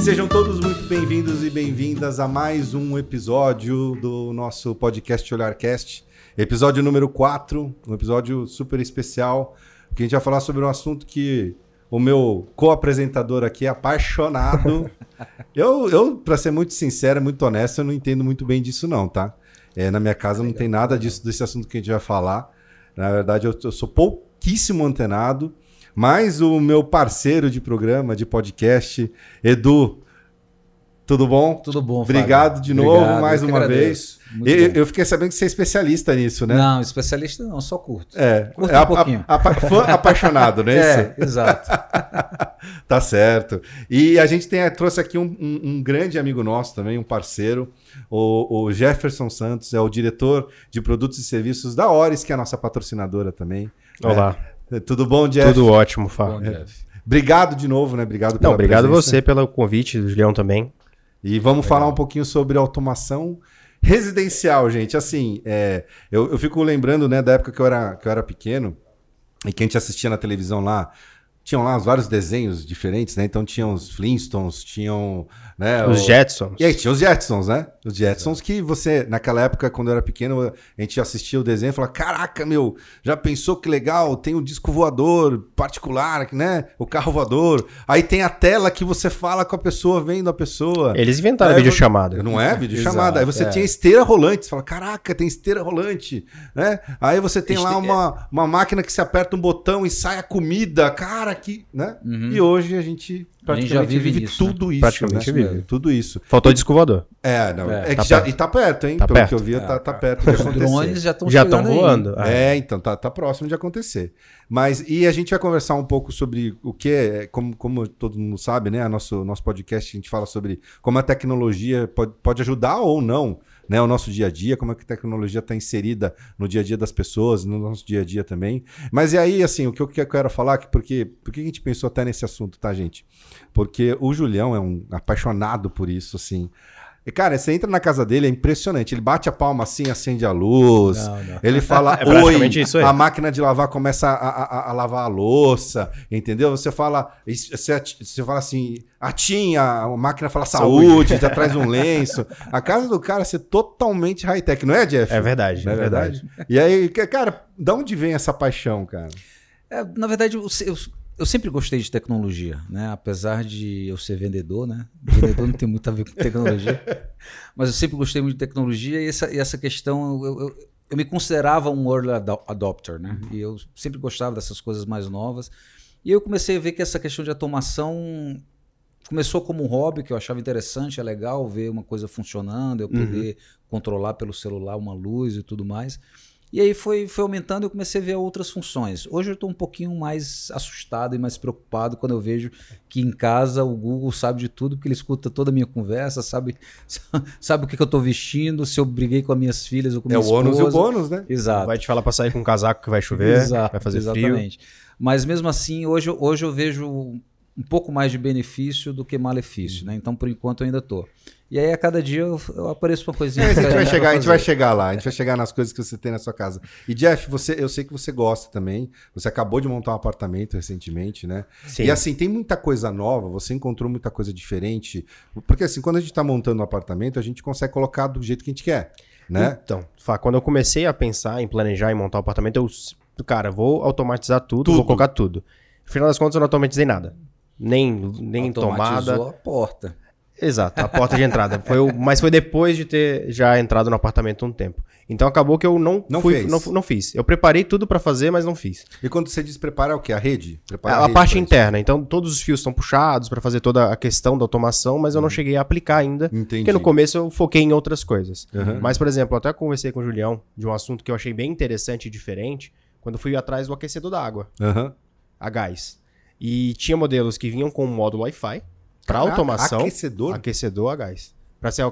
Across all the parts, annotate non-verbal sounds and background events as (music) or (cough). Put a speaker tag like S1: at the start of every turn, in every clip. S1: Sejam todos muito bem-vindos e bem-vindas a mais um episódio do nosso podcast Olharcast. Episódio número 4, um episódio super especial, porque a gente vai falar sobre um assunto que o meu co-apresentador aqui é
S2: (laughs)
S1: apaixonado. eu, eu para ser muito sincero, muito honesto, eu não entendo muito bem disso não, tá? É, na minha casa não tem nada disso, desse assunto que a gente vai falar. Na verdade, eu, eu sou pouquíssimo antenado, mas o meu parceiro de programa, de podcast, Edu, tudo bom?
S2: Tudo bom, Fábio?
S1: Obrigado de novo,
S2: Obrigado,
S1: mais
S2: eu que
S1: uma
S2: agradeço. Muito
S1: Eu,
S2: bom.
S1: eu fiquei sabendo que você é especialista nisso, né?
S2: Não, especialista não, só curto.
S1: É,
S2: Curta
S1: é
S2: um
S1: a- a-
S2: pouquinho.
S1: apa-
S2: (laughs)
S1: fã apaixonado, não é isso?
S2: É, exato.
S1: Tá certo. E a gente tem, trouxe aqui um, um- um grande amigo nosso também, um parceiro, o, o Jefferson Santos, é o diretor de produtos e serviços da Oris, que é a nossa patrocinadora também.
S3: Olá,
S1: Tudo bom, É. Jeff?
S3: tudo ótimo,
S2: Bom,
S3: Fábio.
S1: É.
S2: Jeff.
S1: Obrigado de novo, né? Obrigado pela
S3: Não, obrigado a
S1: presença.
S3: você pelo convite, do Julião também.
S1: E vamos falar um pouquinho sobre automação residencial, gente. Assim, é, eu, eu fico lembrando né, da época que eu, era, que eu era pequeno e que a gente assistia na televisão lá. Tinham lá os vários desenhos diferentes, né? Então tinham os Flintstones, tinham. Né,
S3: Os
S1: o-
S3: Jetsons.
S1: E aí tinha os Jetsons, né? Os Jetsons que você, naquela época, quando eu era pequeno, a gente assistia o desenho e falava: Caraca, meu, já pensou que legal? Tem o disco voador particular, né? O carro voador. Aí tem a tela que você fala com a pessoa, vendo a pessoa.
S3: Eles inventaram
S1: É,
S3: vídeo chamada.
S1: Não é vídeo
S2: Exato,
S1: chamada. Aí você
S2: é.
S1: tinha esteira rolante. Você fala, caraca, tem esteira rolante, né? Aí você tem lá
S2: Este-
S1: uma, uma máquina que se aperta um botão e sai a comida. Cara, que... Né?
S2: Uhum.
S1: E hoje a gente praticamente
S2: já vive
S1: vive
S2: nisso, né?
S1: tudo isso.
S3: Praticamente
S1: né?
S3: vive.
S1: Tudo isso.
S3: Faltou disco voador.
S1: É, não,
S2: É,
S1: é, que
S3: tá
S1: já...
S3: perto.
S1: E tá perto, hein?
S3: Tá
S1: Pelo
S3: perto.
S1: que eu vi,
S2: É,
S1: tá, tá
S2: tá.
S1: perto de
S2: Os
S1: acontecer.
S2: drones já estão
S3: Já estão voando. Ah,
S1: É, então, tá, tá próximo de acontecer. Mas, e a gente vai conversar um pouco sobre o que é, como, como todo mundo sabe, né? Nosso, nosso podcast, a gente fala sobre como a tecnologia pode, pode ajudar ou não, né? O nosso dia a dia, como é que a tecnologia está inserida no dia a dia das pessoas, no nosso dia a dia também. Mas e aí, assim, o que eu que- quero falar, que porque, por que a gente pensou até nesse assunto, tá, gente? Porque o Julião é um apaixonado por isso, assim. E, cara, você entra na casa dele, é impressionante. Ele bate a palma assim, acende a luz.
S2: Não, não.
S1: Ele fala,
S3: (laughs) É
S1: oi,
S3: praticamente isso aí.
S1: a máquina de lavar começa a, a- a- a lavar a louça, entendeu? Você fala, isso- você, at- você fala assim, atinha, a máquina fala saúde, já traz um lenço. A casa do cara é ser totalmente high-tech, não é, Jeff?
S3: É verdade.
S1: Não é verdade? E aí, que- cara, da onde vem essa paixão, cara?
S2: É, na verdade, eu, se- eu- eu sempre gostei de tecnologia, né? Apesar de eu ser vendedor, né? Vendedor não tem muito a ver com tecnologia.
S1: (laughs)
S2: Mas eu sempre gostei muito de tecnologia e essa, e essa questão, eu, eu- eu me considerava um early ado- adopter, né?
S1: Uhum.
S2: E eu sempre gostava dessas coisas mais novas. E eu comecei a ver que essa questão de automação começou como um hobby que eu achava interessante, é legal ver uma coisa funcionando, eu
S1: Uhum.
S2: poder controlar pelo celular uma luz e tudo mais. E aí foi, foi aumentando e eu comecei a ver outras funções. Hoje eu estou um pouquinho mais assustado e mais preocupado quando eu vejo que em casa o Google sabe de tudo, porque ele escuta toda a minha conversa, sabe, (laughs) sabe o que, que eu estou vestindo, se eu briguei com as minhas filhas ou com
S1: É
S2: minha
S1: o
S2: esposa.
S1: ônus e o bônus, né?
S2: Exato.
S3: Vai te falar pra sair com um casaco que vai chover,
S2: Exato,
S3: vai fazer frio.
S2: exatamente. Mas mesmo assim, hoje, eu- hoje eu vejo um pouco mais de benefício do que
S1: Uhum.
S2: malefício, né? Então, por enquanto, eu ainda tô. E aí, a cada dia, eu, eu apareço uma
S1: (laughs)
S2: coisinha.
S1: É, a gente vai
S2: diferente pra
S1: chegar, a gente
S2: fazer.
S1: vai chegar lá, a gente vai chegar nas coisas que você tem na sua casa. E Jeff, você, eu sei que você gosta também. Você acabou de montar um apartamento recentemente, né?
S3: Sim.
S1: E assim, tem muita coisa nova, você encontrou muita coisa diferente. Porque assim, quando a gente tá montando um apartamento, a gente consegue colocar do jeito que a gente quer, né?
S3: Então, Fá, quando eu comecei a pensar em planejar e montar o apartamento, eu, s- cara, vou automatizar tudo,
S1: Tudo.
S3: vou colocar tudo. No final das contas, eu não automatizei nada. Nem, nem
S2: Automatizou
S3: tomada.
S2: a porta.
S3: Exato, a porta de entrada. Foi o- mas foi depois de ter já entrado no apartamento um tempo. Então acabou que eu não,
S1: Não
S3: fui,
S1: fez.
S3: Não, fu- não fiz. Eu preparei tudo pra fazer, mas não fiz.
S1: E quando você diz preparar o quê? A rede? Preparar
S3: A, a
S1: rede
S3: parte
S1: pra
S3: interna, então todos os fios estão puxados pra fazer toda a questão da automação, mas eu não cheguei a aplicar ainda,
S1: isso? Uhum. Entendi.
S3: porque no começo eu foquei em outras coisas.
S1: Uhum.
S3: Mas, por exemplo, eu até conversei com o Julião de um assunto que eu achei bem interessante e diferente quando eu fui atrás do aquecedor da água,
S1: Aham.
S3: a gás. E tinha modelos que vinham com o módulo Wi-Fi pra
S1: Caraca,
S3: automação,
S1: Aquecedor?
S3: aquecedor a gás, Pra se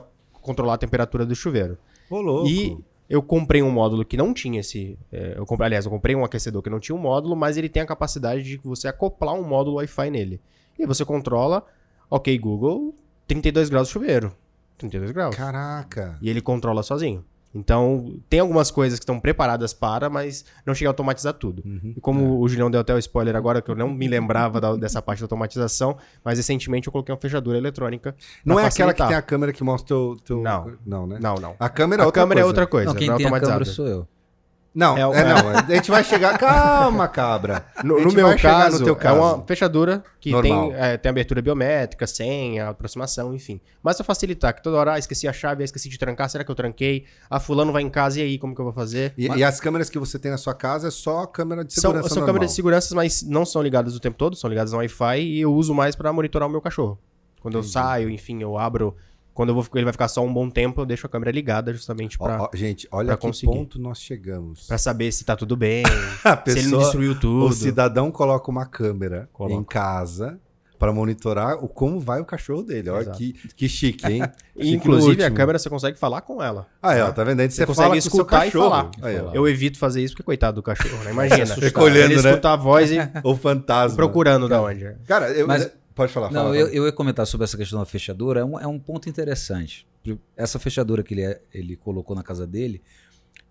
S3: controlar a temperatura do chuveiro.
S1: Ô, louco.
S3: E eu comprei um módulo que não tinha esse. é, eu comprei, aliás, eu comprei um aquecedor que não tinha um módulo, mas ele tem a capacidade de você acoplar um módulo Wi-Fi nele. E aí você controla, ok, Google, 32 graus chuveiro. 32 graus.
S1: Caraca.
S3: E ele controla sozinho. Então, tem algumas coisas que estão preparadas para, mas não chega a automatizar tudo.
S1: Uhum.
S3: E como o Julião deu até o spoiler agora, que eu não me lembrava da- dessa parte da automatização, mas recentemente eu coloquei uma fechadura eletrônica. pra
S1: Não é aquela que
S3: facilitar.
S1: tem a câmera que mostra o teu.
S3: Não.
S1: Não, né?
S3: Não, não.
S1: A câmera é
S3: a
S1: outra
S3: câmera é
S1: coisa.
S3: outra coisa,
S2: não, quem
S3: não é
S2: tem a câmera
S3: automatizada.
S2: sou eu.
S1: Não,
S3: É o-
S1: é, não. A gente vai chegar. Calma, cabra. A
S3: No,
S1: gente
S3: no meu
S1: vai chegar
S3: caso,
S1: no teu
S3: é
S1: caso.
S3: uma fechadura que
S1: Normal.
S3: tem, é, tem abertura biométrica, senha, aproximação, enfim. Mas pra facilitar, que toda hora, ah, esqueci a chave, ah, esqueci de trancar, será que eu tranquei? Ah, fulano vai em casa, e aí, como que eu vou fazer?
S1: E, e as câmeras que você tem na sua casa é só a câmera de
S3: São,
S1: segurança.
S3: são
S1: normal.
S3: câmeras de segurança, mas não são ligadas o tempo todo, são ligadas no Wi-Fi e eu uso mais pra monitorar o meu cachorro. Quando eu saio, enfim, eu abro. Quando eu vou, ele vai ficar só um bom tempo, eu deixo a câmera ligada justamente
S1: Ó,
S3: pra,
S1: ó, gente, olha
S3: pra
S1: que
S3: conseguir.
S1: ponto nós chegamos.
S3: pra saber se tá
S1: (laughs)
S3: tudo bem,
S1: A
S3: se ele não
S1: pessoa,
S3: destruiu
S1: o
S3: tudo.
S1: cidadão coloca uma câmera
S3: Coloca.
S1: em casa para monitorar o como vai o cachorro dele. Olha
S3: Exato.
S1: que, que chique, hein?
S3: E, inclusive, a
S1: último.
S3: câmera você consegue falar com ela.
S1: Ah, é, ó, tá vendo? Aí você,
S3: Você consegue
S1: fala com o seu
S3: escutar e
S1: cachorro.
S3: falar.
S1: Aí, ó.
S3: Eu evito fazer isso porque, coitado do cachorro, né? Imagina.
S2: Se
S1: assustar. (laughs) Recolhendo,
S3: ele
S1: né?
S3: escutar a voz e
S1: (laughs) O fantasma.
S3: procurando da onde. é.
S1: Cara, eu-
S2: Mas-
S1: pode falar.
S2: Não,
S1: fala,
S2: eu,
S1: fala.
S2: eu ia comentar sobre essa questão da fechadura. É um, é um ponto interessante. Essa fechadura que ele, é, ele colocou na casa dele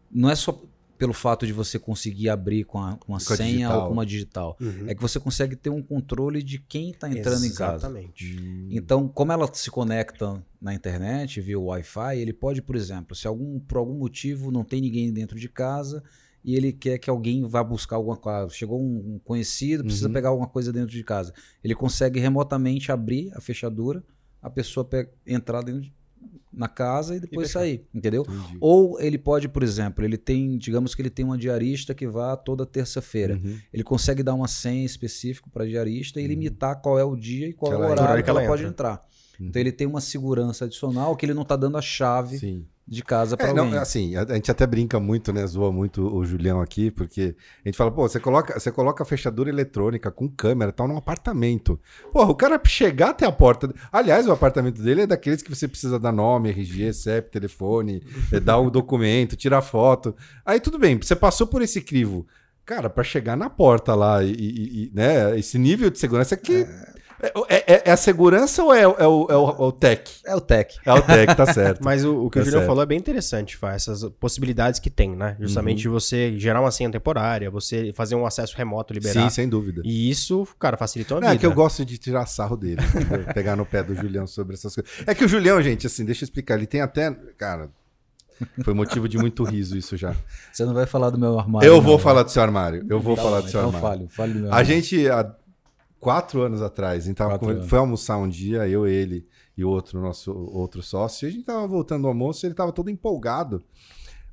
S2: não é só pelo fato de você conseguir abrir com a, com
S1: Com
S2: a
S1: a
S2: senha
S1: digital.
S2: ou com uma digital.
S3: Uhum.
S1: Uhum.
S2: É que você consegue ter um controle de quem está entrando em casa.
S3: Exatamente.
S2: Então, como ela se conecta na internet via Wi-Fi, ele pode, por exemplo, se algum, por algum motivo não tem ninguém dentro de casa e ele quer que alguém vá buscar alguma coisa, chegou um um conhecido, precisa
S1: Uhum.
S2: pegar alguma coisa dentro de casa, ele consegue remotamente abrir a fechadura, a pessoa pe- entrar dentro de- na casa e depois
S3: fechar.
S2: sair, entendeu?
S1: Entendi.
S2: Ou ele pode, por exemplo, ele tem, digamos que ele tem uma diarista que vá toda terça-feira.
S1: Uhum.
S2: Ele consegue dar uma senha específica para diarista e
S1: Uhum.
S2: limitar qual é o dia e qual
S1: Que
S2: é o
S1: ela
S2: horário
S1: entra.
S2: que ela,
S3: Ela
S2: pode
S3: entra.
S2: entrar.
S1: Uhum.
S2: Então ele tem uma segurança adicional que ele não está dando a chave
S1: Sim.
S2: de casa para
S1: É,
S2: alguém.
S1: não, assim, a, a gente até brinca muito, né? Zoa muito o Julião aqui, porque a gente fala, pô, você coloca, você coloca fechadura eletrônica com câmera e tal num apartamento. Porra, o cara chegar até a porta. Aliás, o apartamento dele é daqueles que você precisa dar nome, RG, CEP, telefone, eh, dar o documento, tirar foto. Aí tudo bem, você passou por esse crivo. Cara, pra chegar na porta lá e, e- e, né, esse nível de segurança que. É, é- é- é a segurança ou é, o- é o, é o- é o tech?
S2: É o tech.
S1: É o tech, tá certo.
S3: (laughs) Mas o, o que
S1: Tá
S3: o Julião
S1: certo.
S3: falou é bem interessante, Fá, essas possibilidades que tem, né? Justamente
S1: Uhum.
S3: de você gerar uma senha temporária, você fazer um acesso remoto
S1: Sim,
S3: liberar.
S1: sem dúvida.
S3: E isso, cara, facilita a
S1: Não,
S3: vida.
S1: é que eu gosto de tirar sarro dele, entendeu? (laughs) pegar no pé do Julião sobre essas coisas. É que o Julião, gente, assim, deixa eu explicar, ele tem até. Cara, foi motivo de muito riso isso já.
S2: Você não vai falar do meu armário.
S1: Eu
S2: não,
S1: vou
S2: né?
S1: falar do seu armário, eu vou
S2: Tá
S1: falar
S2: bom,
S1: do seu
S2: então
S1: armário.
S2: Fale, fale do meu
S1: A
S2: armário.
S1: gente, há quatro anos atrás, a gente tava
S2: Quatro
S1: comendo-
S2: anos.
S1: foi almoçar um dia, eu, ele e o outro, nosso outro sócio, e a gente tava voltando do almoço e ele tava todo empolgado.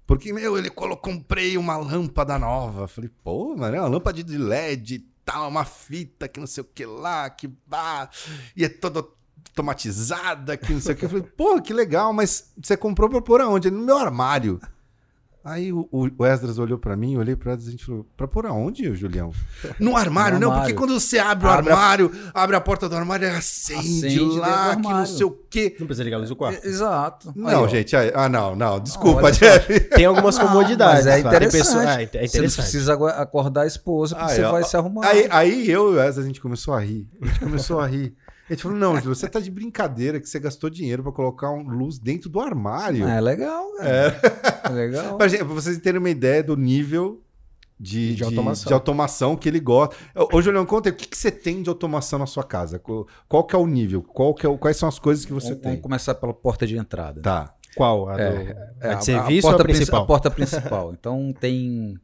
S1: Porque, meu, ele colocou, comprei uma lâmpada nova. Falei, pô, mano, é uma lâmpada de LED e tal, uma fita que não sei o que lá, que bah, e é toda automatizada, que não sei o que. Eu falei, pô, que legal, mas você comprou pra pôr aonde? Ele, No meu armário. Aí o, o- o Esdras olhou pra mim, eu olhei pro Esdras e a gente falou, pra pôr aonde,
S2: (laughs)
S1: Julião? No armário,
S2: No
S1: não, porque
S2: armário.
S1: quando você abre o
S2: Abre a-
S1: armário, abre a porta do armário, acende,
S2: Acende dentro do
S1: lá, que não
S2: armário.
S1: sei o quê.
S3: Não precisa ligar a luz do quarto.
S2: É, Exato. Aí,
S1: Não,
S2: ó,
S1: gente, aí- ah, não, não, desculpa,
S2: olha só.
S1: Jeff.
S3: Tem algumas
S2: Não,
S3: comodidades.
S2: mas é
S3: Fá. Tem
S2: interessante.
S3: pessoa- é, é
S2: Você não
S3: interessante.
S2: precisa agora acordar a esposa porque
S1: Aí,
S2: você
S1: ó,
S2: vai se
S1: (laughs)
S2: arrumar.
S1: Aí, aí eu e o Wesley, a gente começou a rir. A gente começou a rir. A gente falou, não, Ju, você tá de brincadeira que você gastou dinheiro pra colocar um luz dentro do armário.
S2: Ah, é legal, cara.
S1: (laughs)
S2: É, legal.
S1: Pra, gente- pra vocês terem uma ideia do nível de,
S3: De
S1: de,
S3: automação.
S1: de automação que ele gosta. Ô, ô, Julião, conta aí, o que, que você tem de automação na sua casa? Qual, qual que é o nível? Qual que é o- quais são as coisas que você
S2: Vamos, vamos
S1: tem?
S2: começar pela porta de entrada.
S1: Tá.
S3: Qual? A, do...
S1: é,
S3: a É de serviço ou a
S2: É, porta princi-
S3: principal?
S2: A porta principal.
S3: (laughs)
S2: Então tem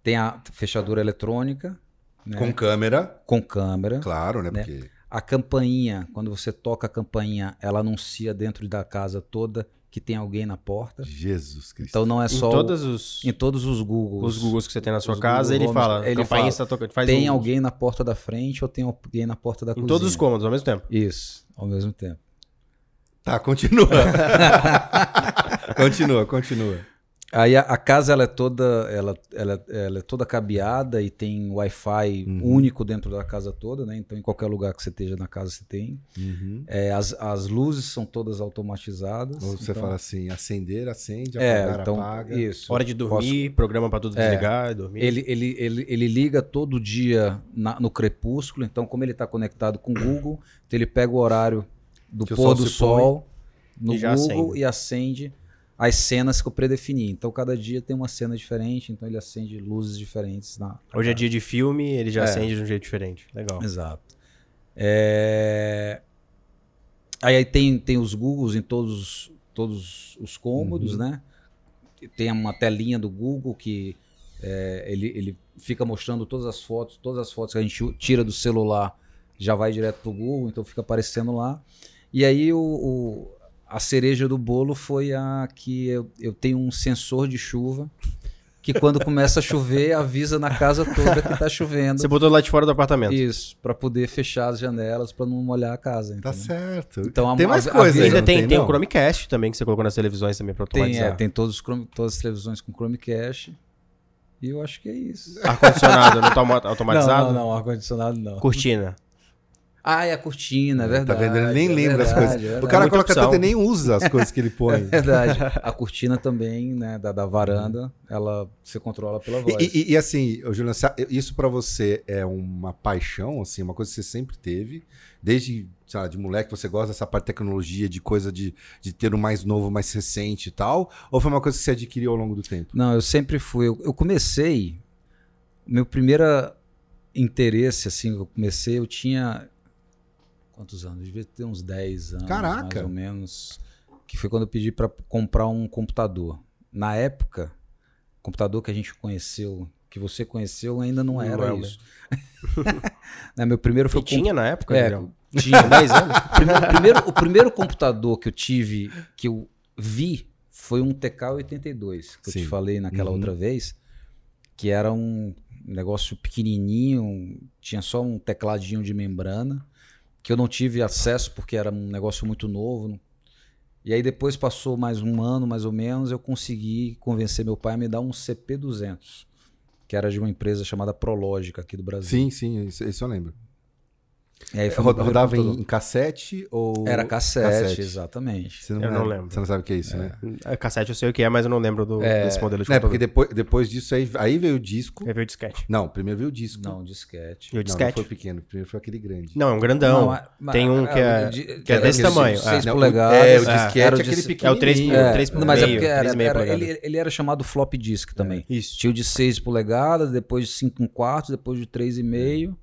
S2: tem a fechadura eletrônica né,
S1: Com
S2: com,
S1: câmera,
S2: câmera.
S1: claro, né?
S2: Né?
S1: Porque
S2: A campainha, quando você toca a campainha, ela anuncia dentro da casa toda que tem alguém na porta.
S1: Jesus Cristo.
S2: Então não é
S3: Em
S2: só o-
S3: todos os...
S2: em todos os Googles.
S3: os Googles que você tem na sua
S2: Os
S3: casa,
S2: Google
S3: ele
S2: Homes,
S3: fala,
S2: ele
S3: campainha
S2: fala,
S3: está tocando, faz
S2: tem
S3: um-
S2: alguém na porta da frente ou tem alguém na porta da
S3: em
S2: cozinha.
S3: todos os cômodos ao mesmo tempo.
S2: Isso, ao mesmo tempo.
S1: Tá,
S2: (laughs)
S1: continua. continua, continua.
S2: Aí a, a casa ela é toda ela, ela, ela é toda cabeada e tem Wi-Fi
S1: Uhum.
S2: único dentro da casa toda, né? Então em qualquer lugar que você esteja na casa você tem. É, as, as luzes são todas automatizadas.
S1: Uhum. Ou você
S2: então-
S1: fala assim, acender, acende, apagar,
S2: é, então
S1: apaga.
S2: isso.
S3: Hora de dormir, programa para tudo desligar, e dormir.
S2: É. Ele, ele, ele, ele liga todo dia na- no crepúsculo, então como ele está conectado com o Google, então ele pega o horário do
S1: Que o
S2: pôr
S1: sol
S2: do
S1: se põe
S2: sol no
S3: e já
S2: Google
S3: acende.
S2: e acende as cenas que eu predefini. Então cada dia tem uma cena diferente, então ele acende luzes diferentes na.
S3: Hoje é dia de filme, ele já
S2: É.
S3: acende de um jeito diferente. Legal.
S2: Exato. É, Aí, aí tem, tem os Googles em todos, todos os cômodos,
S3: Uhum.
S2: né? Tem uma telinha do Google que é, ele, ele fica mostrando todas as fotos, todas as fotos que a gente tira do celular já vai direto pro Google, então fica aparecendo lá. E aí o, o- a cereja do bolo foi a que eu, eu tenho um sensor de chuva que quando começa a chover avisa na casa toda que tá chovendo.
S3: (laughs) Você botou lá de fora do apartamento.
S2: Isso, pra poder fechar as janelas pra não molhar a casa.
S1: Tá
S2: entendeu?
S1: certo.
S2: né? Então, a-
S1: tem mais
S2: a- a
S1: coisas.
S3: E
S2: vida
S3: ainda
S1: não
S3: tem, tem
S1: não?
S3: o Chromecast também que você colocou nas televisões também pra
S2: Tem, é,
S3: automatizar.
S2: tem todos os Chrome- todas as televisões com Chromecast. E eu acho que é isso.
S3: (laughs) Ar-condicionado, não tá automa- automatizado?
S2: (laughs) Não, não, não, ar-condicionado não.
S3: Cortina.
S2: Ah, é a cortina, é
S1: Tá
S2: verdade.
S1: vendo? Ele nem
S2: é
S1: lembra as
S2: verdade,
S1: coisas.
S2: é
S1: o
S2: verdade.
S1: cara
S3: Muita
S1: coloca
S3: opção.
S1: tanto e nem usa as coisas que ele
S2: É (laughs)
S1: põe. (laughs)
S2: verdade. A cortina também, né, da, da varanda, ela se controla pela voz.
S1: E, e- e, assim, ô, Juliano, sa- isso pra você é uma paixão, assim, uma coisa que você sempre teve, desde, sei lá, de moleque, você gosta dessa parte de tecnologia, de coisa de, de ter o mais novo, mais recente e tal? Ou foi uma coisa que você adquiriu ao longo do tempo?
S2: Não, eu sempre fui. Eu, eu comecei. Meu primeiro interesse, assim, eu comecei, eu tinha. Quantos anos? Devia ter uns 10 anos,
S1: Caraca!
S2: mais ou menos. Que foi quando eu pedi para comprar um computador. Na época, o computador que a gente conheceu, que você conheceu, ainda não
S3: Não
S2: era
S3: é o
S2: isso. (laughs) Né, meu primeiro foi
S3: E
S2: o com-
S3: tinha na época,
S2: É,
S3: Julião?
S2: tinha 10 anos. Primeiro- primeiro- o primeiro computador que eu tive, que eu vi, foi um TK-82, que eu
S1: Sim.
S2: te falei naquela
S1: Uhum.
S2: outra vez, que era um negócio pequenininho, um- tinha só um tecladinho de membrana, que eu não tive acesso porque era um negócio muito novo. não- E aí depois passou mais um ano, mais ou menos, eu consegui convencer meu pai a me dar um CP200, que era de uma empresa chamada Prológica aqui do Brasil.
S1: Sim, sim, isso, isso eu lembro.
S2: E aí foi o
S1: Ro-
S2: meu primeiro
S1: É, Rodava
S2: computador.
S1: em, em cassete ou.
S2: Era Tipo, cassete,
S1: cassete.
S2: exatamente.
S1: Você não,
S3: Eu não
S1: é-
S3: lembro.
S1: Você não sabe o que é isso, né?
S3: É, Cassete eu sei o que é, mas eu não lembro do, desse modelo de
S1: É, porque
S3: computador.
S1: depois, depois disso aí, aí veio o disco.
S3: É, veio o disquete.
S1: Não, primeiro veio o disco.
S2: Não, disquete.
S3: E o
S1: Não, não
S3: disquete?
S1: foi pequeno, primeiro foi aquele grande.
S3: Não, é um grandão.
S2: Não, a- ma-
S3: tem um que é-
S2: o di-
S3: que é
S2: era
S3: desse
S2: aquele
S3: tamanho,
S2: seis
S1: Não, o-
S2: polegadas.
S1: É, o
S3: É,
S1: disquete,
S2: era o
S1: aquele
S2: disque-
S1: pequenininho.
S3: é o três mil,
S2: É,
S3: três
S2: não, mas é
S3: meio,
S2: porque era-
S3: três e meia
S2: era-
S3: polegadas. É.
S2: ele, ele era chamado flop disk também.
S3: Isso.
S2: Tinha o de 6 polegadas, depois de 5 quartos, depois de 3,5.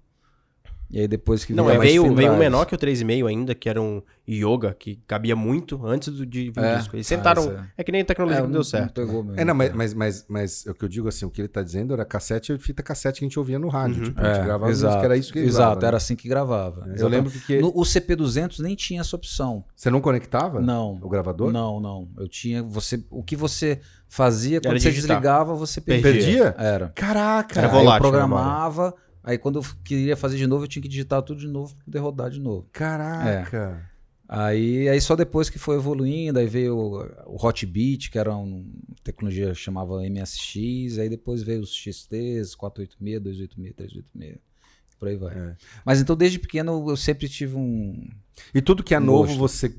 S2: E aí depois que
S3: Não,
S2: vinha
S3: é,
S2: mais
S3: veio, veio um
S2: pendrive.
S3: menor que o 3,5 ainda, que era um yoga, que cabia muito antes do, de vir
S2: É.
S3: o disco. Eles
S2: Ah,
S3: sentaram.
S2: isso é.
S3: é que nem a tecnologia
S2: É,
S3: que
S2: não-
S3: deu certo.
S2: Não pegou mesmo.
S1: É, não, mas, mas, mas, mas o que eu digo assim, o que ele tá dizendo era cassete e fita cassete que a gente ouvia no rádio. Tipo, a gente
S2: É,
S1: gravava música, era isso que ele
S2: Exato,
S1: gravava, né?
S2: era assim que gravava.
S1: Eu
S2: Exatamente.
S1: lembro que
S2: No- o CP200 nem tinha essa opção.
S1: você não conectava
S2: Não.
S1: o gravador?
S2: Não, não. Eu tinha. Você, o que você fazia quando você
S3: digitar.
S2: desligava, você perdia.
S1: Perdia?
S2: É. Era.
S1: Caraca!
S3: Era
S2: Aí
S3: volátil
S2: eu
S3: a
S2: programava, aí quando eu f- queria fazer de novo, eu tinha que digitar tudo de novo pra poder rodar de novo.
S1: Caraca!
S2: Aí, aí só depois que foi evoluindo, aí veio o, o Hotbit, que era uma tecnologia que chamava MSX, aí depois veio os XTs, 486, 286, 386, por aí vai.
S1: É.
S2: Mas então desde pequeno eu sempre tive um...
S1: E tudo que é
S2: Um
S1: novo
S2: gosto.
S1: você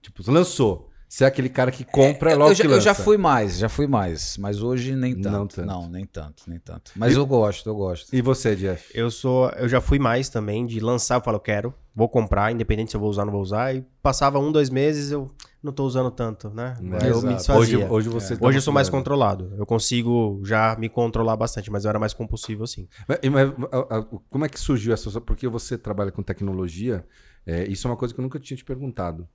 S1: tipo, lançou. Você é aquele cara que compra logo
S2: eu, já,
S1: que
S2: eu
S1: lança.
S2: já fui mais, já fui mais, mas hoje nem tanto.
S1: Não
S2: Não,
S1: tanto.
S2: nem tanto, nem tanto. Mas eu gosto, eu gosto.
S1: E você, Jeff?
S3: Eu sou, eu já fui mais também de lançar, eu falo, eu quero, vou comprar, independente se eu vou usar ou não vou usar. E passava um, dois meses, eu não tô usando tanto, né?
S1: Né?
S3: Aí eu
S2: Exato.
S3: me desfazia. Então,
S1: Hoje, hoje você tá
S3: É. Hoje eu sou mais
S1: acostumado.
S3: controlado. Eu consigo já me controlar bastante, mas eu era mais compulsivo assim.
S1: Mas- e- mas, a- a- como é que surgiu essa? sua- Porque você trabalha com tecnologia, é, isso é uma coisa que eu nunca tinha te perguntado.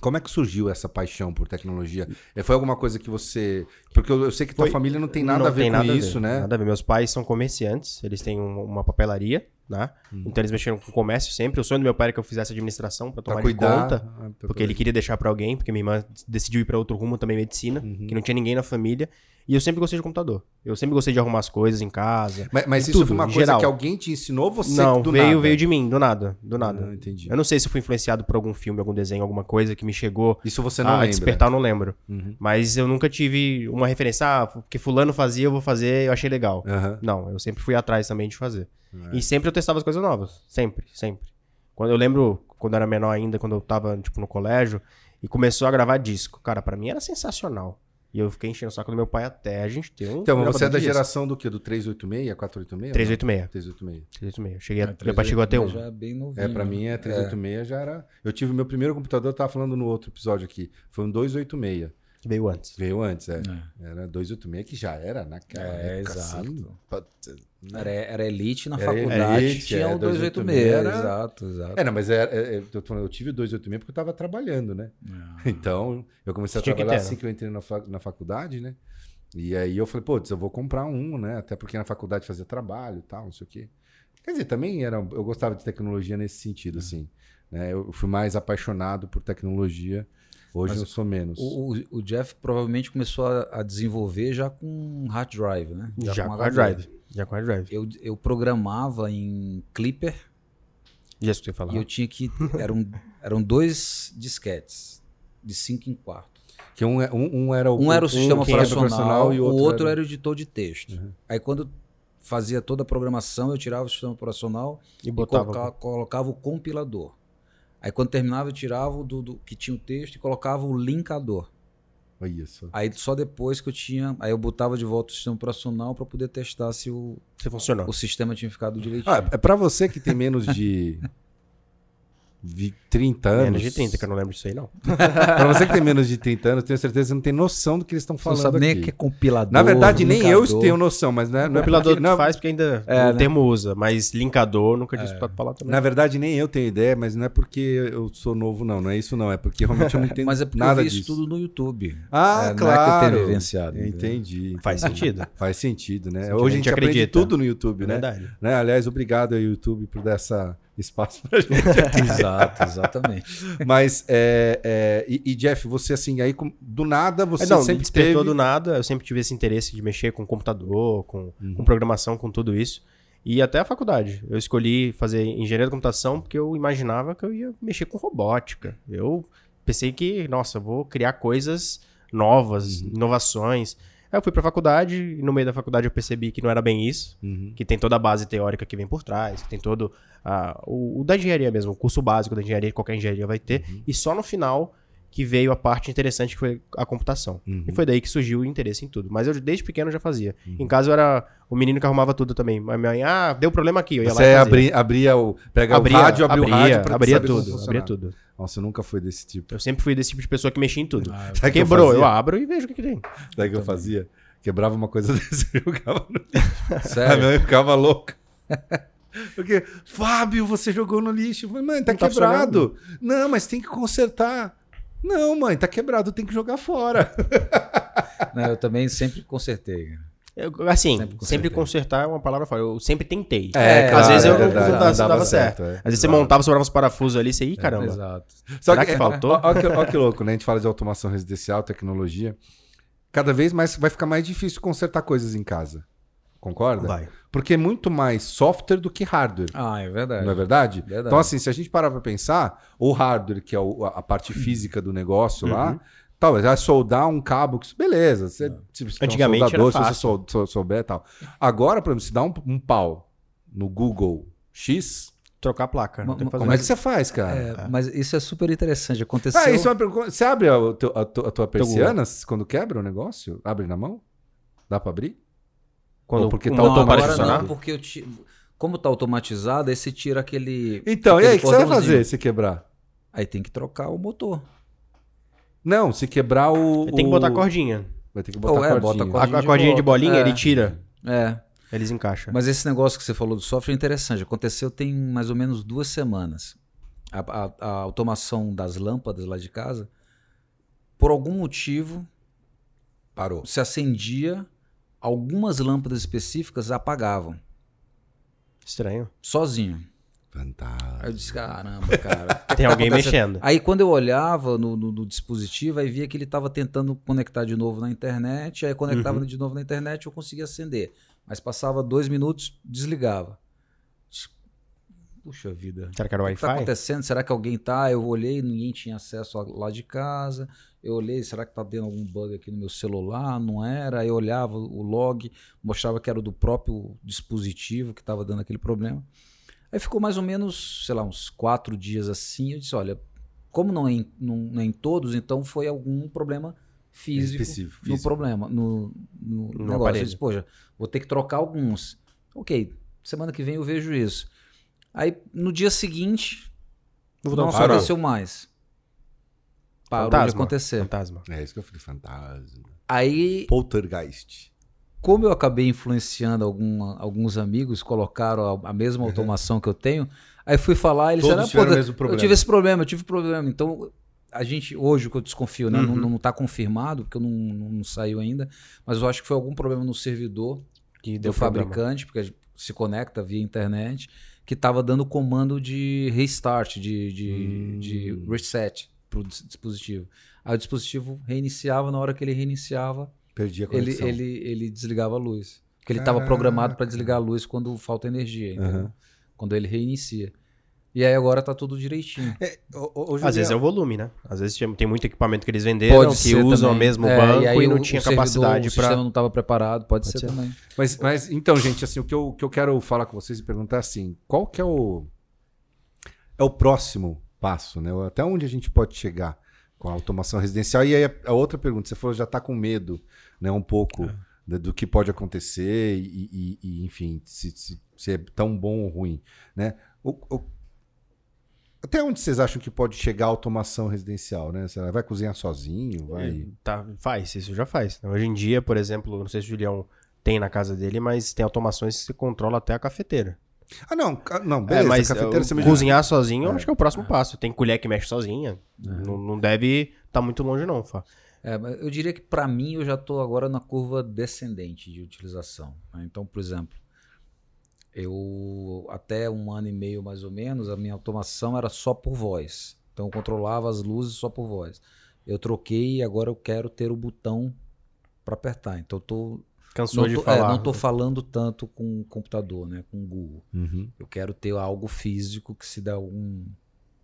S1: Como é que surgiu essa paixão por tecnologia? É, Foi alguma coisa que você. Porque eu, eu sei que tua
S3: Foi-
S1: família não tem nada
S3: Não
S1: a ver
S3: tem
S1: com
S3: nada
S1: isso,
S3: ver,
S1: né?
S3: Nada a ver. Meus pais são comerciantes, eles têm um- uma papelaria, né?
S1: Hum.
S3: Então eles mexeram com o comércio sempre. O sonho do meu pai era que eu fizesse administração pra tomar
S1: Pra
S3: de
S1: cuidar.
S3: conta.
S1: ah, pra
S3: Porque ele queria deixar pra alguém, porque minha irmã decidiu ir pra outro rumo também, medicina,
S1: Uhum.
S3: que não tinha ninguém na família. E eu sempre gostei de computador. Eu sempre gostei de arrumar as coisas em casa.
S1: Mas, mas
S3: em
S1: isso
S3: tudo,
S1: foi uma
S3: em
S1: coisa
S3: geral.
S1: que alguém te ensinou você
S3: não,
S1: do
S3: veio,
S1: nada?
S3: veio de mim, do nada, do nada.
S1: Ah, entendi.
S3: eu não sei se eu fui influenciado por algum filme, algum desenho, alguma coisa que me chegou
S1: Isso você
S3: Ah, a
S1: não lembra.
S3: despertar, eu não lembro.
S1: Uhum.
S3: Mas eu nunca tive uma referência, ah, porque fulano fazia, eu vou fazer, eu achei legal.
S1: Aham.
S3: Não, eu sempre fui atrás também de fazer.
S1: É.
S3: E sempre eu testava as coisas novas. Sempre, sempre. Quando eu lembro, quando eu era menor ainda, quando eu tava, tipo, no colégio, e começou a gravar disco. Cara, pra mim era sensacional. E eu fiquei enchendo o saco do meu pai até a gente ter um.
S1: Então, mas
S3: gravador
S1: você é da
S3: de disco.
S1: geração né? do quê? Do 386, 486?
S3: 386.
S1: 386.
S3: 386. Eu Cheguei a, meu pai chegou a ter um.
S2: Já bem novinho.
S1: É, pra mim é 386 já era. Eu tive meu primeiro computador, eu tava falando no outro episódio aqui. Foi um 286.
S3: que veio antes.
S1: Veio antes, é.
S2: É.
S1: Era 286 que já era naquela
S2: É,
S1: época,
S2: exato.
S1: assim, putz, né?
S2: Era, era elite na
S1: Era
S2: faculdade,
S1: elite,
S2: tinha
S1: é,
S2: o 286.
S1: 286 era-
S2: Exato, exato.
S1: É, não, mas era- é- é, eu, tô falando, eu tive o 286 porque eu tava trabalhando, né? (laughs) Então, eu comecei a
S3: Tinha que
S1: trabalhar
S3: ter,
S2: né?
S1: assim que eu entrei na, fa- na faculdade, né? E aí eu falei, putz, eu vou comprar um, né? Até porque na faculdade fazia trabalho e tal, não sei o quê. Quer dizer, também era, eu gostava de tecnologia nesse
S2: Uhum.
S1: sentido, assim. Né? Eu fui mais apaixonado por tecnologia. Hoje
S2: Mas
S1: eu sou menos.
S2: O, o- o Jeff provavelmente começou a, a desenvolver já com hard drive, né?
S3: Já, com hard
S2: HD.
S3: drive. Já com hard drive.
S2: Eu, eu programava em Clipper
S3: Já escutei falar.
S2: e eu tinha que. Eram, eram dois disquetes, de 5 em 4.
S1: Que um, é- um, um era o
S2: Um era o sistema
S1: que era
S2: operacional,
S1: operacional
S2: o outro, era... o editor de texto.
S1: Uhum.
S2: Aí quando eu fazia toda a programação, eu tirava o sistema operacional
S3: E
S2: e
S3: botava.
S2: coloca- colocava o compilador. Aí quando terminava, eu tirava o do, do- que tinha o texto e colocava o linkador.
S1: Olha só.
S2: Aí só depois que eu tinha. Aí eu botava de volta o sistema operacional para poder testar se o,
S3: Se funcionou.
S2: o sistema tinha ficado direitinho.
S1: Ah, é pra você que tem menos
S2: (laughs)
S1: de. de 30 anos.
S3: Menos de 30, que eu não lembro disso aí, não.
S1: Pra você que tem menos de 30 anos, tenho certeza que você não tem noção do que eles estão
S2: Você não
S1: falando
S2: sabe nem
S1: aqui.
S2: o que é compilador.
S1: Na verdade, nem eu
S2: linkador.
S1: tenho noção, mas né, não É. é
S3: Compilador
S1: porque-
S3: que
S1: na,
S3: faz, porque ainda
S2: É, né?
S3: o termo usa, mas linkador nunca disse pra falar também.
S1: na verdade, nem eu tenho ideia, mas não é porque eu sou novo, não. Não é isso, não. É porque realmente eu
S2: (laughs)
S1: não entendo
S2: Mas é porque
S1: nada
S2: eu vi isso
S1: disso.
S2: tudo no YouTube.
S1: (laughs) Ah,
S2: É, não é que eu
S1: claro.
S2: tenha vivenciado. entendeu?
S1: Entendi.
S3: Faz
S1: entendi.
S3: sentido.
S1: Faz sentido, né?
S3: Sentido,
S1: Hoje a
S3: a gente
S1: gente aprende
S3: acredita.
S1: tudo no YouTube,
S3: É
S1: né?
S3: verdade.
S1: né? Aliás, obrigado ao YouTube por dar essa espaço pra (laughs) gente. (laughs)
S2: Exato, exatamente.
S1: Mas, é, é, e, e, Jeff, você assim, aí com- do nada você
S3: É, não,
S1: sempre
S3: despertou
S1: teve...
S3: do nada. Eu sempre tive esse interesse de mexer com computador, com,
S1: Uhum.
S3: com programação, com tudo isso. E até a faculdade. Eu escolhi fazer engenharia da computação porque eu imaginava que eu ia mexer com robótica. Eu pensei que, nossa, eu vou criar coisas novas,
S1: Uhum.
S3: inovações. Aí eu fui pra faculdade e no meio da faculdade eu percebi que não era bem isso.
S1: Uhum.
S3: Que tem toda a base teórica que vem por trás, que tem todo ah, o, o da engenharia mesmo, o curso básico da engenharia, que qualquer engenharia vai ter.
S1: Uhum.
S3: E só no final que veio a parte interessante que foi a computação.
S1: Uhum.
S3: E foi daí que surgiu o interesse em tudo. Mas eu desde pequeno já fazia.
S1: Uhum.
S3: Em casa eu era o menino que arrumava tudo também. Mas minha mãe, ah, deu problema aqui. Eu ia lá
S1: Você
S3: e fazia.
S1: abri- abria o. Pega o rádio, abria, o rádio pra
S3: abria
S1: saber como
S3: tudo, abria
S1: funcionava.
S3: tudo.
S1: Nossa, eu nunca fui desse
S3: (laughs)
S1: tipo.
S3: Eu sempre fui desse tipo de pessoa que mexia em tudo.
S1: Sabe o que
S3: Quebrou,
S1: eu,
S3: eu,
S1: fazia?
S3: abro e vejo o que, que tem.
S1: Sabe o que eu fazia? Quebrava uma coisa (laughs) dessa e jogava no. A
S2: Sério.
S1: minha mãe ficava louca. (laughs) Porque, Fábio, você jogou no lixo. Eu falei, mãe, tá,
S3: Não tá
S1: quebrado. Não, mas tem que consertar. Não, mãe, tá quebrado, tem que jogar fora.
S2: Não, né, eu também sempre consertei.
S3: Eu- assim,
S2: Sempre
S3: sempre,
S2: consertei.
S3: consertar é uma palavra fora. Eu sempre tentei.
S2: É,
S1: claro,
S2: às vezes eu-
S1: verdade,
S2: não dava-
S1: não
S3: assim, dava certo.
S1: é.
S3: Às vezes você montava, sobrava uns parafusos ali, você, ih, caramba.
S2: Exato.
S1: Só
S3: Será que
S1: é-
S3: faltou?
S1: ó- Olha que, ó que louco, né? A gente fala de automação residencial, tecnologia. Cada vez mais vai ficar mais difícil consertar coisas em casa. Concorda?
S3: Vai.
S1: Porque é muito mais software do que hardware.
S2: Ah, é
S1: Não é
S2: verdade.
S1: verdade?
S2: Verdade.
S1: Então, assim, se a gente parar pra pensar, o hardware, que é o- a parte
S3: Uhum.
S1: física do negócio lá, talvez vai soldar um cabo, que- beleza. Você, se você tem um
S3: É. Antigamente era
S1: soldador, se você
S3: fácil.
S1: sou- sou- souber e tal. Agora, por exemplo, se dá um, um pau no Google X,
S3: Trocar a placa. Não
S2: Ma-
S3: tem que
S2: ma-
S3: fazer
S1: como é que você faz, cara?
S2: É, mas isso é super interessante. Aconteceu.
S1: Ah, isso é uma pergunta. Você abre a, o teu- a tu- a tua
S3: Google.
S1: persiana quando quebra o negócio? Abre na mão? Dá pra abrir?
S3: Quando
S1: Ou porque
S3: o
S1: tá
S3: motor
S1: uma
S3: para de
S1: hora
S2: agora né?
S3: funcionar.
S2: não, porque eu ti- como tá automatizado, aí você tira aquele.
S1: Então, e aí,
S2: aquele
S1: o que você vai
S2: cordãozinho.
S1: fazer se quebrar?
S2: Aí tem que trocar o motor.
S1: Não, se quebrar o.
S3: Tem que botar a
S1: o-
S3: cordinha.
S1: Vai ter que botar
S2: Ou é,
S1: a
S2: bota a
S1: cordinha.
S2: Cordinha
S3: A, a
S2: de
S3: cordinha
S2: volta.
S3: de bolinha,
S2: É.
S3: ele tira,
S2: É.
S3: eles encaixam.
S2: Mas esse negócio que você falou do software é interessante. Aconteceu tem mais ou menos duas semanas. A, a- a automação das lâmpadas lá de casa, por algum motivo,
S1: Parou.
S2: se acendia, algumas lâmpadas específicas apagavam, (laughs)
S3: Estranho.
S2: sozinho. Aí eu
S1: Fantástico.
S2: disse, caramba, cara. (laughs)
S3: Tem alguém
S2: acontece-
S3: mexendo.
S2: Aí quando eu olhava no, no- no dispositivo, aí via que ele estava tentando conectar de novo na internet, aí conectava de novo na internet eu conseguia acender. Mas passava dois minutos, desligava. Puxa vida.
S3: Será que era
S2: O que tá está
S3: Wi-Fi?
S2: acontecendo? Será que alguém tá? Eu olhei, ninguém tinha acesso a- lá de casa. Eu olhei, será que tá dando algum bug aqui no meu celular? Não era. Aí Eu olhava o log, mostrava que era do próprio dispositivo que estava dando aquele problema. Aí ficou mais ou menos, sei lá, uns quatro dias assim. Eu disse, olha, como não é em, não- não é em todos, então foi algum problema físico
S1: É Específico,
S2: no
S1: físico.
S2: problema, no, no,
S3: No
S2: negócio.
S3: aparelho.
S2: Eu disse, poxa, vou ter que trocar alguns. Ok, semana que vem eu vejo isso. Aí no dia seguinte,
S3: Vou
S2: não
S3: dar um
S2: é
S1: Parou.
S2: aconteceu mais. parou de
S3: Fantasma.
S2: acontecer.
S3: Fantasma.
S1: É isso que eu falei, fantasma.
S2: Aí,
S1: Poltergeist.
S2: como eu acabei influenciando alguma- alguns amigos, colocaram a, a
S3: Uhum.
S2: mesma automação que eu tenho, aí fui falar, eles "Ah,
S1: Todos tiveram o
S2: "Pô,
S1: mesmo problema."
S2: Eu tive esse problema, eu tive problema. Então, a gente, hoje o que eu desconfio, né?
S1: Uhum.
S2: Não, não tá confirmado, porque eu não, não- não saiu ainda, mas eu acho que foi algum problema no servidor
S3: Que
S2: do
S3: problema.
S2: fabricante, porque a gente se conecta via internet, que estava dando comando de restart, de, de,
S1: Hum.
S2: de reset para o dispositivo. Aí o dispositivo reiniciava, na hora que ele reiniciava,
S1: Perdi a
S2: ele,
S1: conexão.
S2: ele, ele desligava a luz. Porque ele estava
S1: Caraca.
S2: programado para desligar a luz quando falta energia, entendeu?
S1: Aham.
S2: quando ele reinicia. E aí agora tá tudo direitinho.
S3: Às vezes é o volume, né? Às vezes tem- tem muito equipamento que eles venderam que
S2: ser
S3: usam o
S2: também.
S3: mesmo
S2: É,
S3: banco e,
S2: aí
S3: não
S2: o- o
S3: tinha
S2: servidor,
S3: capacidade
S2: O
S3: pra.
S2: sistema não estava preparado, pode, ser,
S3: ser.
S2: também.
S1: Mas, mas, então, gente, assim, o que eu, o que eu quero falar com vocês e perguntar assim, qual que é o é o próximo passo, né? Até onde a gente pode chegar com a automação residencial? E aí a, a outra pergunta, você falou já tá com medo, né, um pouco
S3: É.
S1: da- do que pode acontecer e, e- e, enfim, se, se- se é tão bom ou ruim, né? O- o- até onde vocês acham que pode chegar a automação residencial, né? Será vai cozinhar sozinho, vai?
S3: Tá, faz, isso já faz. Hoje em dia, por exemplo, não sei se o Julião tem na casa dele, mas tem automações que você controla até a cafeteira.
S1: Ah, não, ca- não, beleza,
S3: é, mas
S1: cafeteira
S3: eu-
S1: você me
S3: cozinhar sozinho, eu
S1: É.
S3: acho que é o próximo passo. Tem colher que mexe sozinha. Não, não deve estar muito longe, não, Fá.
S2: É, mas eu diria que para mim eu já estou agora na curva descendente de utilização. né? Então, por exemplo, eu até um ano e meio mais ou menos a minha automação era só por voz. Então eu controlava as luzes só por voz. Eu troquei e agora eu quero ter o botão para apertar. Então eu tô,
S3: Cansou
S2: não
S3: de
S2: tô, é,
S3: falar.
S2: não tô falando tanto com o computador, né, com o Google.
S1: Uhum.
S2: Eu quero ter algo físico que se dá algum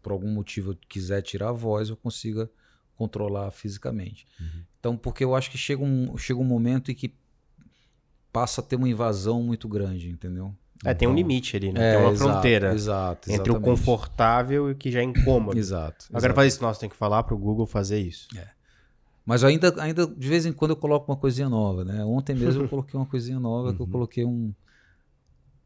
S2: por algum motivo eu quiser tirar a voz, eu consiga controlar fisicamente.
S1: Uhum.
S2: Então, porque eu acho que chega um, chega um momento em que passa a ter uma invasão muito grande, entendeu?
S3: É, tem um
S2: Então,
S3: limite ali, né?
S2: é,
S3: tem uma
S2: exato,
S3: fronteira
S2: Exato,
S3: entre o
S2: exatamente.
S3: confortável e o que já é incômodo.
S2: Exato.
S3: Agora
S2: exato.
S3: faz isso, nossa, tem que falar pro Google fazer isso.
S1: É.
S2: Mas eu ainda, ainda de vez em quando eu coloco uma coisinha nova, né? Ontem mesmo eu coloquei uma coisinha nova que eu
S1: Uhum.
S2: coloquei um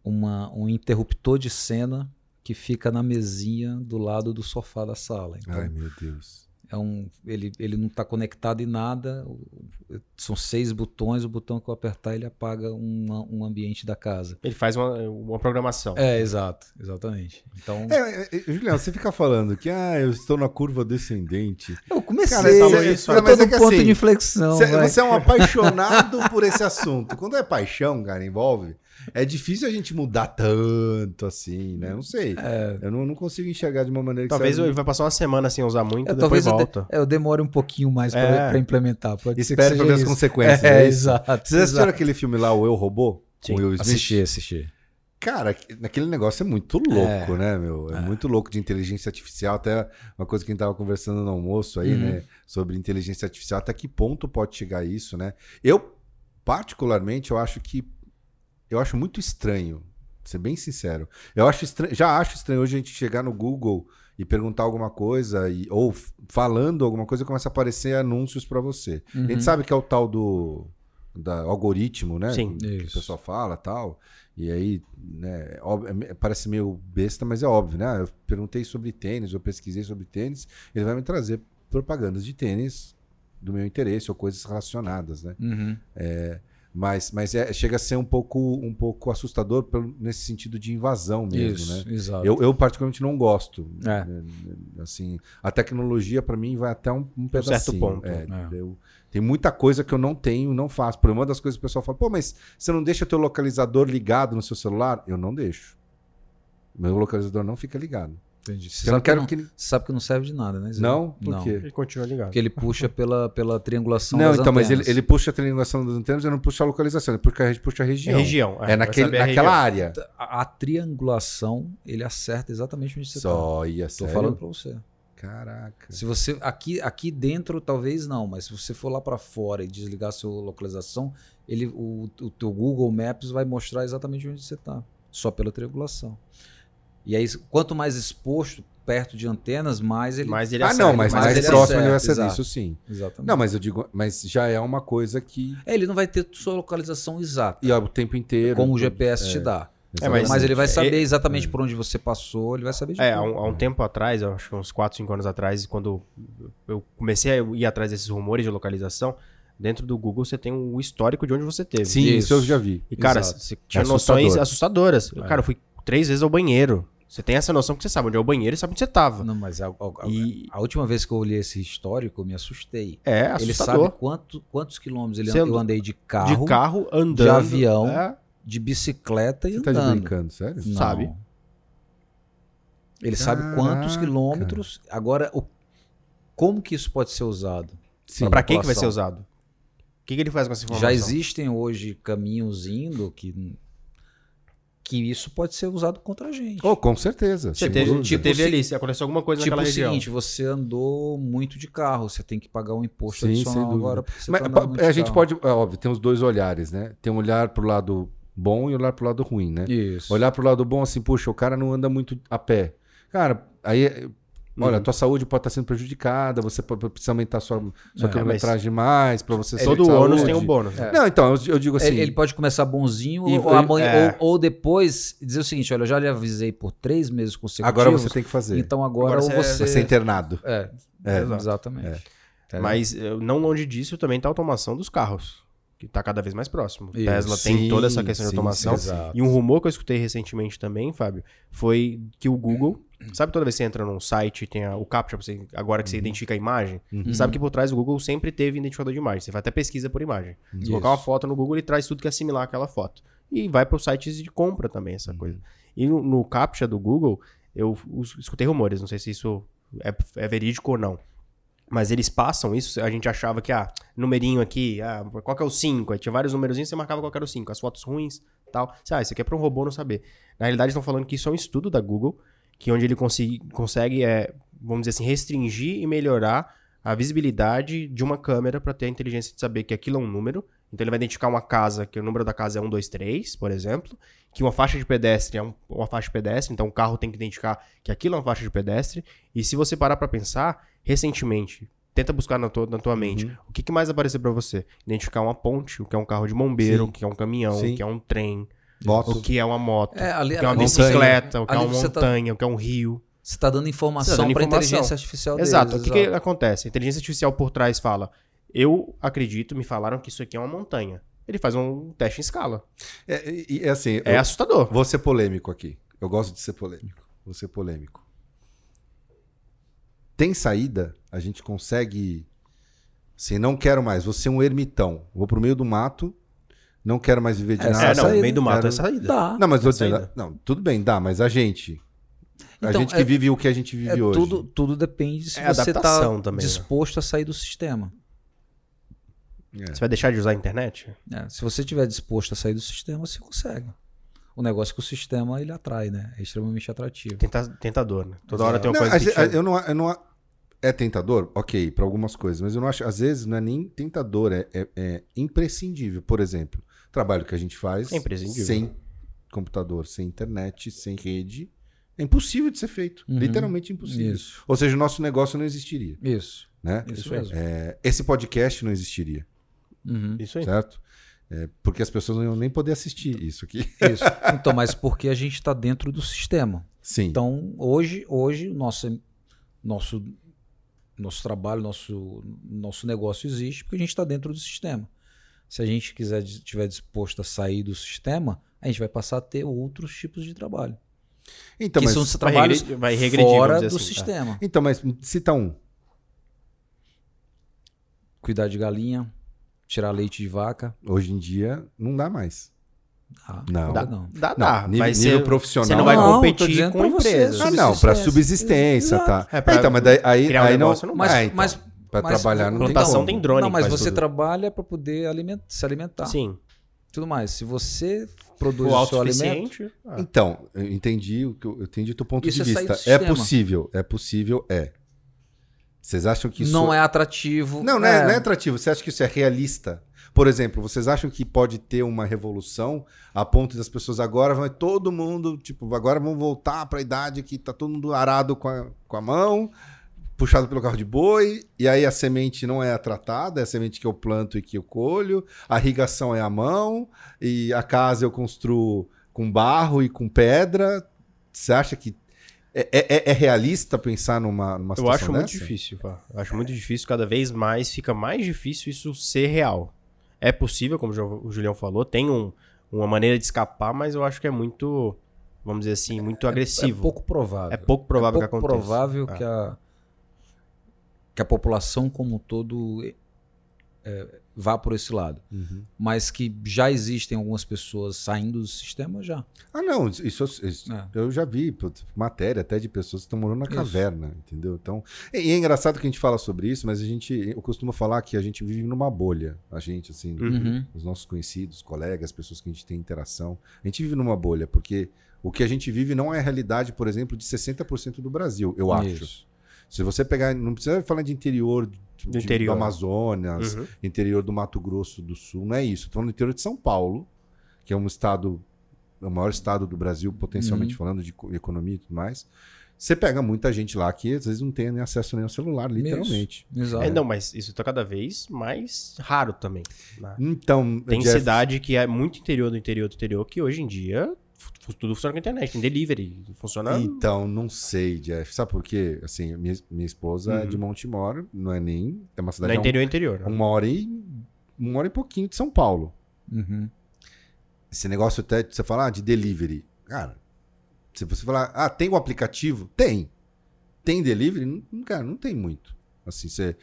S2: uma, um interruptor de cena que fica na mesinha do lado do sofá da
S3: Ah,
S2: sala. Então,
S1: Ai, meu Deus.
S2: É um, ele, ele não está conectado em nada. o- o- São seis botões. O botão que eu apertar ele apaga um, a- um ambiente da casa.
S3: Ele faz uma, uma programação.
S2: É, exato, exatamente. Então
S1: É, é, é, Julião, você fica falando que ah, eu estou na curva descendente.
S2: eu comecei.
S1: Cara, você
S3: falou
S2: eu
S1: isso,
S2: tô
S1: mas é
S2: num
S1: que
S2: ponto
S1: assim,
S2: de inflexão.
S1: você,
S2: vai.
S1: você é um apaixonado por esse assunto. Quando é paixão, cara, envolve, é difícil a gente mudar tanto assim, né? Eu não sei.
S2: É.
S1: Eu não, não consigo enxergar de uma maneira que
S3: Talvez
S1: você...
S3: ele vai passar uma semana sem usar muito,
S2: É,
S3: depois
S2: talvez eu, de-
S3: volta.
S2: é, eu demore um pouquinho mais
S3: É.
S2: para implementar. Pode
S1: Isso é que
S2: espero
S1: você vai ver as
S2: isso.
S1: consequências.
S2: É,
S1: É, isso?
S2: exato.
S1: Vocês assistiram
S2: exato.
S1: aquele filme lá, O Eu Robô? Com
S3: Sim,
S1: Will Smith?
S2: Assisti, assisti.
S1: Cara, aqu- aquele negócio é muito louco, né, meu? É, muito louco de inteligência artificial. Até uma coisa que a gente tava conversando no almoço aí,
S2: Uhum.
S1: né? Sobre inteligência artificial, até que ponto pode chegar isso, né? Eu, particularmente, eu acho que. Eu acho muito estranho, pra ser bem sincero. Eu acho estra- já acho estranho hoje a gente chegar no Google e perguntar alguma coisa, e- ou f- falando alguma coisa, começa a aparecer anúncios para você. A
S2: Uhum.
S1: gente sabe que é o tal do da algoritmo, né?
S3: Sim.
S1: que, que o
S2: Isso.
S1: pessoal fala tal. E aí, né, óbvio- é me- parece meio besta, mas é óbvio, né? Eu perguntei sobre tênis, eu pesquisei sobre tênis, ele vai me trazer propagandas de tênis do meu interesse ou coisas relacionadas, né?
S2: Uhum.
S1: Mas, mas é- chega a ser um pouco, um pouco assustador pelo- nesse sentido de invasão mesmo, né?
S2: Isso, exato.
S1: Eu, eu particularmente não gosto.
S2: É.
S1: né, Assim, a tecnologia para mim vai até um, um
S3: certo
S1: pedacinho.
S3: ponto. né.
S1: É,
S2: É.
S1: eu- tem muita coisa que eu não tenho, não faço. Por uma das coisas que o pessoal fala, pô, mas você não deixa teu localizador ligado no seu celular? Eu não deixo. Meu localizador não fica ligado.
S2: Entendi. Você
S1: Eu não
S2: sabe,
S1: quero
S2: que
S1: que ele...
S2: não, sabe que não serve de nada, né? Zé?
S1: Não? Por
S2: Não.
S1: quê?
S3: Ele continua ligado.
S2: Porque ele puxa pela, pela triangulação
S1: não,
S2: das
S1: então, mas ele,
S2: antenas.
S1: ele puxa a triangulação das antenas, ele não puxa a localização, ele puxa a, puxa a
S3: É
S1: região.
S3: região.
S1: É,
S3: vai
S1: naquele,
S3: saber a
S1: naquela
S3: região.
S1: área.
S2: a, a triangulação, ele acerta exatamente onde você está. Tô
S1: Só ia sério?
S2: falando pra você.
S1: Caraca.
S2: Se você aqui aqui dentro talvez não, mas se você for lá pra fora e desligar a sua localização, ele o, o teu Google Maps vai mostrar exatamente onde você tá, só pela triangulação. E aí quanto mais exposto perto de antenas, mais ele
S3: Mas ele é
S1: ah,
S3: acerta,
S1: não, mas,
S2: mas
S1: mais
S2: ele
S1: próximo
S2: acerta,
S1: ele vai ser
S2: exato.
S1: disso, sim.
S2: exatamente.
S1: Não, mas eu digo, mas já é uma coisa que.
S2: É, ele não vai ter sua localização exata,
S1: E ó, o tempo inteiro.
S2: como o
S1: tudo.
S2: GPS te dá.
S3: É, mas-
S2: mas ele vai
S3: é-
S2: saber exatamente por onde você passou, ele vai saber de
S3: É, há
S2: tudo.
S3: um, há um tempo atrás, eu acho que uns 4, 5 anos atrás, quando eu comecei a ir atrás desses rumores de localização, dentro do Google você tem o histórico de onde você teve.
S1: Sim, isso,
S2: Isso.
S1: eu já vi.
S3: E, cara,
S1: Exato.
S3: você tinha
S1: É
S3: noções
S1: assustador. É.
S3: assustadoras. Eu, Cara, eu fui três vezes ao banheiro. Você tem essa noção que você sabe onde é o banheiro e sabe onde você tava.
S2: Não, mas a, a- a-
S3: E
S2: a última vez que eu olhei esse histórico, eu me assustei.
S3: é
S2: Ele sabe
S3: assustador.
S2: quanto- quantos quilômetros ele
S3: Você
S2: and- eu
S3: andou-
S2: andei de carro, de,
S3: de carro, andando.
S2: avião,
S3: É,
S2: bicicleta e
S1: Você tá
S2: andando.
S1: de brincando, sério?
S2: Não.
S3: sabe.
S2: Ele sabe
S1: Caraca.
S2: quantos quilômetros. Agora, o- como que isso pode ser usado?
S1: Sim.
S3: pra quem que vai ser
S2: população.
S3: usado? O que, que ele faz com essa informação?
S2: Já existem hoje caminhos indo que, que isso pode ser usado contra a gente.
S1: Oh, com certeza.
S3: Você
S1: sem
S3: teve,
S1: dúvida.
S3: tipo, teve ali, se aconteceu alguma coisa
S2: Tipo
S3: naquela
S2: o
S3: região.
S2: seguinte, você andou muito de carro, você tem que pagar um imposto
S1: Sim, sem
S2: adicional
S1: dúvida.
S2: agora. porque você
S1: Mas,
S2: tá andando
S1: pa-
S2: muito
S1: a
S2: de
S1: gente
S2: carro.
S1: pode, é óbvio, tem os dois olhares, né? Tem um olhar pro lado bom e um olhar pro lado ruim, né?
S2: Isso.
S1: Olhar pro lado bom assim, poxa, o cara não anda muito a pé. Cara, aí, eh,
S3: Uhum.
S2: Uhum.
S1: olha, a tua saúde pode estar sendo prejudicada, você pode- precisa aumentar sua, sua
S2: É,
S1: quilometragem mais, pra você
S3: É, todo
S1: saúde.
S3: ônus tem um bônus. né?
S1: Não, então, eu, eu digo assim,
S2: Ele, ele pode começar bonzinho
S1: E-
S2: ou, amanhã-
S3: é.
S2: ou- ou depois dizer o seguinte: olha, eu já lhe avisei por três meses consecutivos.
S1: agora você tem que fazer.
S2: Então agora,
S3: Agora é-
S2: ou você.
S1: Vai ser internado.
S2: É,
S1: É.
S2: exato. exatamente. Tá
S3: Mas eh, não longe disso também tá a automação dos carros, que tá cada vez mais próximo.
S2: Isso.
S3: Tesla tem
S1: Sim,
S3: toda essa questão
S1: sim,
S3: de automação.
S1: sim, sim.
S2: Exato.
S3: E um rumor que eu escutei recentemente também, Fábio, foi que o Google, sabe toda vez que você entra num site e tem a- o captcha, pra você- agora que você identifica a imagem,
S1: Uhum.
S3: sabe que por trás o Google sempre teve identificador de imagem. Você vai até pesquisa por imagem. Se
S2: Isso.
S3: colocar uma foto no Google, ele traz tudo que é similar àquela foto. E vai para os sites de compra também, essa coisa. E no, no captcha do Google, eu us- escutei rumores, não sei se isso é, é verídico ou não. Mas eles passam isso, a gente achava que, ah, numerinho aqui, ah, qual que é o 5? Aí tinha vários numerozinhos, você marcava qual que era o 5, as fotos ruins tal. Você, ah, isso aqui é para um robô não saber. Na realidade, estão falando que isso é um estudo da Google, que onde ele consi- consegue, é, vamos dizer assim, restringir e melhorar a visibilidade de uma câmera para ter a inteligência de saber que aquilo é um número. Então ele vai identificar uma casa, que o número da casa é 123, por exemplo, que uma faixa de pedestre é um- uma faixa de pedestre, então o carro tem que identificar que aquilo é uma faixa de pedestre. E se você parar para pensar, recentemente, tenta buscar na tua, na tua
S2: Uhum.
S3: mente, o que, que mais apareceu para você? Identificar uma ponte, o que é um carro de bombeiro,
S1: Sim.
S3: o que é um caminhão,
S1: Sim.
S3: o que é um trem, o
S1: Moto.
S3: que é uma moto,
S2: É, ali,
S3: o que é uma
S2: ali você-
S3: bicicleta, o que é
S2: ali
S3: uma
S2: você tá-
S3: montanha, o que é um rio.
S2: Você está dando informação
S3: Você tá
S2: para
S3: dando
S2: pra
S3: informação.
S2: inteligência artificial
S3: Exato. é O
S2: deles,
S3: que, que acontece? A inteligência artificial por trás fala: Eu acredito, me falaram que isso aqui é uma montanha. Ele faz um teste em escala.
S1: É, e- e, assim,
S3: É
S1: eu-
S3: assustador.
S1: Vou ser polêmico aqui. Eu gosto de ser polêmico. Vou ser polêmico. Tem saída? A gente consegue. Assim, não quero mais. Vou ser um ermitão. Vou pro meio do mato. Não quero mais viver de
S2: É,
S1: nada.
S2: é, não,
S1: Saída.
S2: meio do
S1: Quero-
S3: saída. tá,
S2: Dá.
S1: Não, mas vou dizer.
S3: saída.
S1: Não, tudo bem, dá, mas a gente. A
S2: Então,
S1: gente
S2: é-
S1: que vive o que a gente vive
S2: É,
S1: hoje.
S2: tudo, tudo depende se
S3: É
S2: você
S3: adaptação
S2: está
S3: também, né?
S2: disposto a sair do sistema.
S1: É.
S3: Você vai deixar de usar a internet?
S2: né? Se você estiver disposto a sair do sistema, você consegue. O negócio é que o sistema ele atrai, né? É extremamente atrativo.
S3: Tenta- tentador, né? Toda
S2: É
S3: hora tem uma
S1: Não,
S3: coisa
S1: às
S3: que
S1: ve-
S3: te...
S1: eu não, eu não- é tentador, ok, para algumas coisas, mas eu não acho. Às vezes não é nem tentador, é, é- é imprescindível. Por exemplo, o trabalho que a gente faz
S3: É imprescindível.
S1: sem computador, sem internet, sem rede, é impossível de ser feito,
S2: Uhum.
S1: literalmente impossível.
S2: Isso.
S1: Ou seja, o nosso negócio não existiria,
S2: Isso.
S1: né?
S2: Isso mesmo.
S1: É, Esse podcast não existiria,
S3: (laughs)
S2: Uhum.
S3: Isso aí.
S1: certo? É, porque as pessoas não iam nem poder assistir isso aqui. (laughs)
S2: Isso. Então, mas porque a gente está dentro do sistema.
S1: Sim.
S2: Então, hoje, hoje o nosso, nosso, nosso trabalho, nosso, nosso negócio existe porque a gente está dentro do sistema. Se a gente quiser estiver disposto a sair do sistema, a gente vai passar a ter outros tipos de trabalho.
S1: então,
S2: que
S1: mas,
S2: são os
S3: Vai
S2: trabalhos
S3: regredir- vai regredir, vamos
S2: fora
S3: dizer
S2: do
S3: assim, tá?
S2: sistema.
S1: então, mas cita um.
S2: Cuidar de galinha, tirar leite de vaca.
S1: Hoje em dia não dá mais.
S2: Ah,
S1: Não.
S2: dá não.
S3: Dá,
S1: Não,
S3: dá.
S1: nível,
S3: Ah, mas
S1: nível
S3: você-
S1: profissional.
S3: você não vai
S2: Não, tô
S3: competir
S2: dizendo
S3: com
S2: pra você,
S3: empresas.
S1: Ah, não, para subsistência,
S2: Exato.
S1: tá.
S3: É, pra
S1: então, mas daí, aí,
S3: criar um
S1: aí não,
S3: negócio não
S2: Mas,
S1: é, então,
S2: mas
S1: pra
S2: mas
S1: trabalhar não tem
S3: plantação
S1: como.
S2: como.
S3: tem drone
S2: Não,
S3: que
S2: mas
S3: faz
S2: você
S3: tudo.
S2: trabalha para poder aliment- se alimentar.
S3: Sim.
S2: Tudo mais. Se você produz
S3: O
S2: o seu alimento,
S3: autossuficiente. ah,
S1: Então, eu entendi o que eu eu entendi o teu ponto
S2: Isso
S1: de
S2: é sair do
S1: vista. É
S2: sistema.
S1: possível, é possível, é. Vocês acham que isso
S2: não é atrativo.
S1: Não, não é, não é atrativo. Você acha que isso é realista? Por exemplo, vocês acham que pode ter uma revolução a ponto das pessoas agora vai todo mundo, tipo, agora vão voltar para a idade que tá todo mundo arado com a, com a mão, puxado pelo carro de boi, e aí a semente não é tratada, é a semente que eu planto e que eu colho, a irrigação é a mão, e a casa eu construo com barro e com pedra. Você acha que é, é- é realista pensar numa, numa
S3: Eu
S1: situação
S3: acho muito
S1: dessa? É.
S3: difícil, pá. Eu acho muito difícil, cada vez mais fica mais difícil isso ser real. É possível, como o Jo- o Julião falou, tem um- uma maneira de escapar, mas eu acho que é muito, vamos dizer assim, muito agressivo.
S2: É pouco provável.
S3: É pouco provável
S2: É pouco
S3: que aconteça.
S2: provável
S3: É.
S2: que a que a população como um todo eh, eh, vá por esse lado,
S1: Uhum.
S2: mas que já existem algumas pessoas saindo do sistema já.
S1: Ah, não, isso, isso-
S2: É.
S1: eu já vi putz, matéria até de pessoas que estão morando na
S2: Isso.
S1: caverna, entendeu? Então, e e é engraçado que a gente fala sobre isso, mas a gente, eu costumo falar que a gente vive numa bolha, a gente assim,
S3: Uhum.
S1: os nossos conhecidos, colegas, pessoas que a gente tem interação, a gente vive numa bolha, porque o que a gente vive não é a realidade, por exemplo, de 60% do Brasil, eu acho.
S2: Isso.
S1: Se você pegar, não precisa falar de interior de- de-
S3: interior.
S1: do Amazonas,
S3: Uhum.
S1: interior do Mato Grosso do Sul, não é isso. Estou no interior de São Paulo, que é um estado, é o maior estado do Brasil, potencialmente
S2: Uhum.
S1: falando de co- economia e tudo mais. Você pega muita gente lá que às vezes não tem nem acesso nem ao celular, literalmente.
S2: Exato.
S3: É, não, mas isso tá cada vez mais raro também. né?
S1: Então,
S3: Tem
S1: Jeff,
S3: cidade que é muito interior do interior do interior que hoje em dia fu- fu- tudo funciona com a internet, tem delivery, funciona.
S1: Então, não sei, Jeff. Sabe por quê? Assim, minha, minha esposa é de Montemor, não é nem. É uma
S3: No
S1: cidade
S3: interior, interior.
S1: a um- uma hora e. Uma hora e pouquinho de São Paulo.
S2: Uhum.
S1: Esse negócio até de você falar ah, de delivery. Cara, se você falar, ah, tem o aplicativo? Tem. Tem delivery? Não- Não, cara, não tem muito. Assim, você.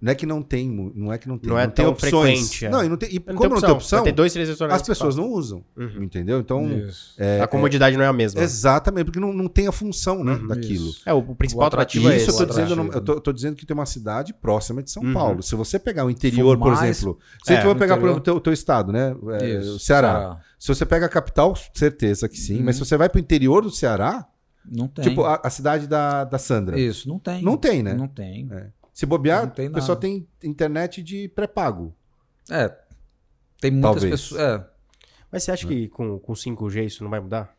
S1: Não é que não tem, mu- não é que não tem,
S3: Não é
S1: tem
S3: tão
S1: opções.
S3: frequente, é.
S1: Não, e, não tem, e
S3: Não
S1: como não tem opção,
S3: Vai ter dois, três restaurantes.
S1: as pessoas não usam,
S3: Uhum.
S1: entendeu? Então,
S2: Isso.
S3: a comodidade não é a mesma.
S1: exatamente, porque não, não tem a função né,
S3: Uhum.
S1: daquilo.
S2: Isso.
S3: É, o, o principal
S1: E
S2: O atrativo
S3: atrativo
S1: isso
S3: é esse.
S1: eu tô
S2: atrativo,
S1: dizendo,
S2: né?
S1: eu tô, eu tô dizendo que tem uma cidade próxima de São
S3: Uhum.
S1: Paulo. Se você pegar o interior,
S2: For
S1: por
S2: mais-
S1: exemplo, se
S3: É,
S1: tu for pegar por
S2: interior-
S1: exemplo, o teu, teu estado, né, é,
S2: Isso.
S1: o Ceará. Se você pega a capital, certeza que sim.
S2: Uhum.
S1: Mas se você vai pro interior do Ceará,
S2: Não tem.
S1: tipo a, a cidade da, da Sandra,
S2: Isso, não tem.
S1: não tem, né?
S2: Não tem.
S1: Se bobear,
S2: Não tem
S1: o pessoal
S2: nada.
S1: tem internet de pré-pago.
S2: É. Tem muitas
S1: Talvez.
S2: pessoas. É.
S3: Mas você acha que com, com 5G isso não vai mudar?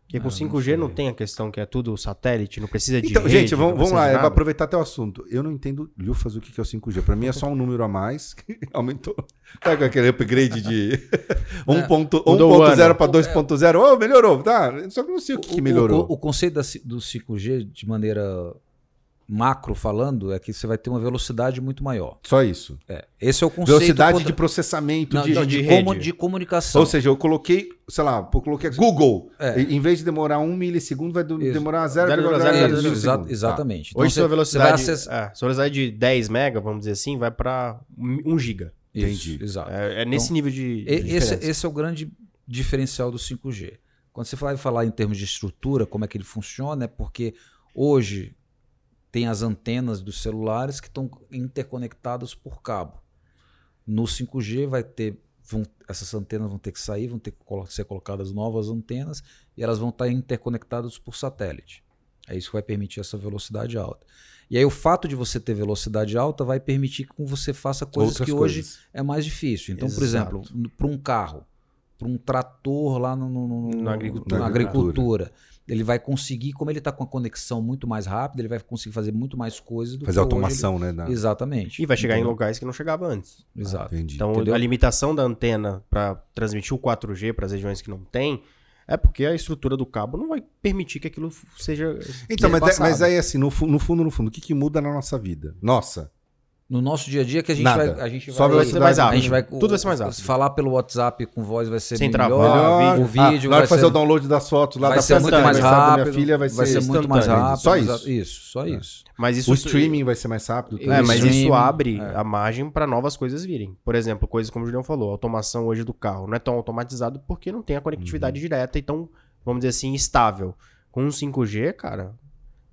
S3: Porque com
S2: Ah, não
S3: 5G não,
S2: sei.
S3: tem a questão que é tudo satélite, não
S2: É
S3: precisa de
S1: Então,
S3: rede,
S1: gente, vamos,
S3: não
S1: vamos
S3: precisa
S1: lá,
S3: de
S1: eu vou
S3: nada.
S1: aproveitar até o assunto. Eu não entendo, Lufas, o que que é o 5G. Pra mim é só um número a mais (laughs) que aumentou. Tá com aquele upgrade de
S2: (laughs)
S1: 1.0
S3: Mudou o ano.
S1: para 2.0? Ô, melhorou, tá? Só que eu não sei o que, que melhorou.
S2: é. O, o conceito da ci- do 5G, de maneira macro falando, é que você vai ter uma velocidade muito maior.
S1: Só isso.
S2: É. Esse é o conceito.
S1: Velocidade
S2: contra-
S1: de processamento
S2: Não,
S1: de,
S2: de,
S3: de
S2: de,
S3: rede.
S2: comu- de comunicação.
S1: Ou seja, eu coloquei, sei lá, eu coloquei Google.
S2: É.
S1: E- Em vez de demorar um milissegundo, vai do-
S2: Isso.
S1: demorar
S2: É,
S1: 0,00
S3: 0,00
S2: isso, exa-
S1: milissegundo. Tá.
S2: exatamente. Então,
S3: Hoje
S2: você-
S3: sua velocidade,
S2: você vai acessar-
S3: é, sua velocidade de 10 mega, vamos dizer assim, vai pra 1 giga.
S2: Isso,
S1: Entendi.
S2: exato.
S3: É, é nesse nível de, de
S2: Então, E- esse,
S3: diferença.
S2: esse é o grande diferencial do 5G. Quando você vai falar em termos de estrutura, como é que ele funciona, é porque hoje tem as antenas dos celulares que estão interconectadas por cabo. No 5G vai ter vão- essas antenas vão ter que sair, vão ter que colo- ser colocadas novas antenas e elas vão estar interconectadas por satélite. É isso que vai permitir essa velocidade alta. E aí o fato de você ter velocidade alta vai permitir que você faça coisas
S1: Outras
S2: que hoje
S1: coisas.
S2: é mais difícil. Então, por
S3: Exato.
S2: exemplo, para um carro, para um trator lá no, no- no-
S3: Na agricultura.
S2: na agricultura, ele vai conseguir, como ele está com a conexão muito mais rápida, ele vai conseguir fazer muito mais coisas do
S1: Fazer
S2: que hoje
S1: automação, né?
S2: ele-
S1: na-
S2: Exatamente.
S3: E vai chegar em
S2: Entendeu?
S3: locais que não chegava antes.
S2: Exato.
S1: Entendi.
S3: Então,
S2: Entendeu?
S3: a limitação da antena para transmitir o 4G para as regiões que não tem é porque a estrutura do cabo não vai permitir que aquilo seja.
S2: é
S3: é
S1: Então, mas,
S3: passado.
S1: mas aí assim, no, fu- no fundo, no fundo, o que, que muda na nossa vida? Nossa,
S2: No nosso dia a dia que a gente
S1: Nada.
S2: vai. A gente
S1: Só
S2: vai,
S1: velocidade
S3: mais
S2: a
S3: rápida.
S2: gente vai
S3: Tudo vai ser mais rápido.
S2: Falar pelo WhatsApp com voz vai ser
S3: Sem
S2: melhor.
S3: travar,
S1: melhor.
S2: O vídeo
S1: ah, na hora
S2: vai
S1: de fazer
S2: ser,
S1: o download das fotos lá
S2: vai
S1: da
S2: ser
S1: festa
S2: muito
S1: de
S2: mais
S1: aniversário
S2: rápido.
S1: da minha filha, vai,
S2: vai ser muito mais
S3: instantâneo.
S2: rápido.
S1: Só isso. É.
S2: exa- Isso, só isso.
S3: Mas isso
S1: O streaming é. vai ser mais rápido. tudo
S3: É, mas
S1: isso.
S3: isso
S2: streaming,
S3: abre a margem para novas coisas virem. Por exemplo, coisas como o Julião falou, a automação hoje do carro não é tão automatizado porque não tem a
S1: Uhum.
S3: conectividade direta e tão, vamos dizer assim, estável. Com o 5G, cara,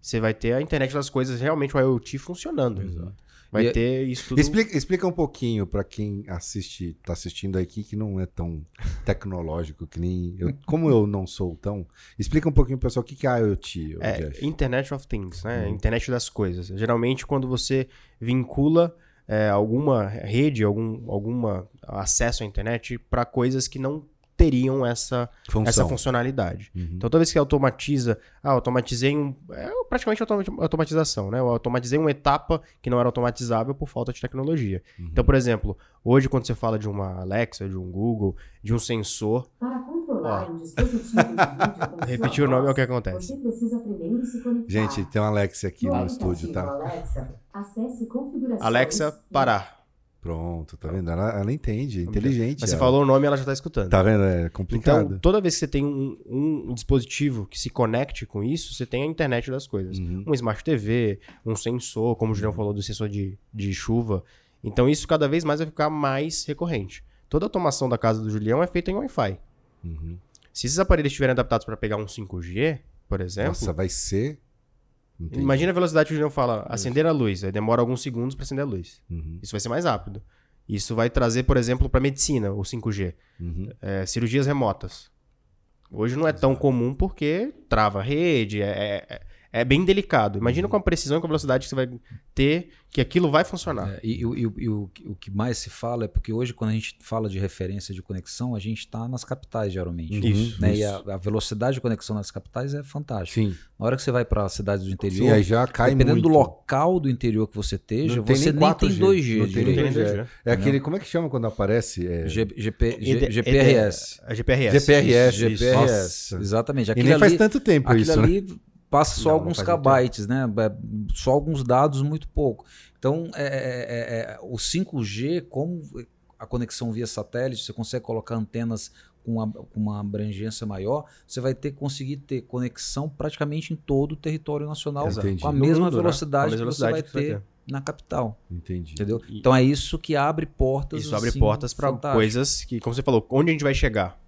S3: você vai ter a internet das coisas, realmente o IoT funcionando. Vai
S2: E-
S3: ter isso tudo.
S1: é Explica, explica um pouquinho pra quem assiste, tá assistindo aqui que não é tão tecnológico que nem eu, como eu não sou tão. Explica um pouquinho pro pessoal o que que é IoT, ô,
S3: É,
S1: Jeff.
S3: Internet of Things, né?
S1: Hum.
S3: Internet das coisas. Geralmente, quando você vincula é, alguma rede, algum alguma acesso à internet para coisas que não teriam essa,
S1: Função.
S3: essa funcionalidade.
S1: Uhum.
S3: Então, toda vez que automatiza, ah, automatizei um. É praticamente automa- automatização, né? Eu automatizei uma etapa que não era automatizável por falta de tecnologia.
S1: Uhum.
S3: Então, por exemplo, hoje, quando você fala de uma Alexa, de um Google, de um sensor,
S4: online dispositivo de vídeo com
S3: Repetir
S4: sua
S3: o nome é o
S4: voz,
S3: que acontece.
S4: Você precisa primeiro se conectar.
S1: Gente, tem um Alex aqui no estúdio,
S4: aplicativo
S1: tá?
S4: Alexa, acesse configurações
S3: Alexa, parar.
S1: Pronto, tá vendo? Ela, ela entende, é inteligente.
S3: Mas você
S1: ela.
S3: falou o nome ela já tá escutando.
S1: Tá vendo? É
S3: Então,
S1: complicado.
S3: toda vez que você tem um, um dispositivo que se conecte com isso, você tem a internet das coisas.
S1: Uhum.
S3: Um Smart TV, um sensor, como o Julião falou, do sensor de, de chuva. Então, isso cada vez mais vai ficar mais recorrente. Toda a automação da casa do Julião é feita em Wi-Fi.
S1: Uhum.
S3: Se esses aparelhos estiverem adaptados para pegar um 5G, por exemplo,
S1: Nossa, vai ser. Entendi.
S3: imagina a velocidade que o Julião fala, acender a luz, aí demora alguns segundos para acender a luz.
S1: Uhum,
S3: Isso vai ser mais rápido. Isso vai trazer, por exemplo, para medicina, o 5G.
S1: uhum.
S3: É, cirurgias remotas. Hoje não é tão comum porque trava a rede, é, é- é bem delicado.
S2: Uhum.
S3: Imagina com a precisão e com a velocidade que você vai ter que aquilo vai funcionar.
S2: É, e e o- e o- e o, o que mais se fala é porque hoje, quando a gente fala de referência de conexão, a gente está nas capitais, geralmente.
S3: Isso,
S2: né? E a, a velocidade de conexão nas capitais é fantástica.
S1: Uhum. Sim,
S2: Na hora que você vai para cidades do interior,
S1: sim, aí já cai
S2: dependendo
S1: muito.
S2: do local do interior que você esteja,
S1: Não tem
S2: você
S1: nem
S2: nem tem
S1: 4G,
S2: 2G.
S1: não tem
S2: direito.
S1: nem 2G.
S3: Entendeu?
S1: É aquele, como é que chama quando aparece? É,
S2: G- GP, G-
S3: Ide-
S2: GPRS.
S3: A GPRS.
S1: GPRS.
S2: Isso, isso.
S1: GPRS.
S2: Nossa, Exatamente.
S1: E
S2: Aquilo
S1: nem
S2: ali,
S1: faz tanto tempo
S2: aquilo
S1: isso, né?
S2: ali passa só
S3: Não, não
S2: alguns
S3: faz muito
S2: kbytes, né? É, Só alguns dados, muito pouco. Então, é, é, é, é, o 5G, como a conexão via satélite, você consegue colocar antenas com uma, com uma abrangência maior, você vai ter que conseguir ter conexão praticamente em todo o território nacional
S1: Entendi.
S2: com a
S3: No
S2: mesma
S3: mundo, né?
S2: velocidade
S3: Com a mesma
S2: que você vai
S3: velocidade que você
S2: ter na capital,
S1: Entendi.
S2: entendeu?
S3: E-
S2: Então é isso que abre portas.
S3: Isso abre
S2: assim,
S3: portas para
S2: fantásticas.
S3: coisas que, como você falou, onde a gente vai chegar?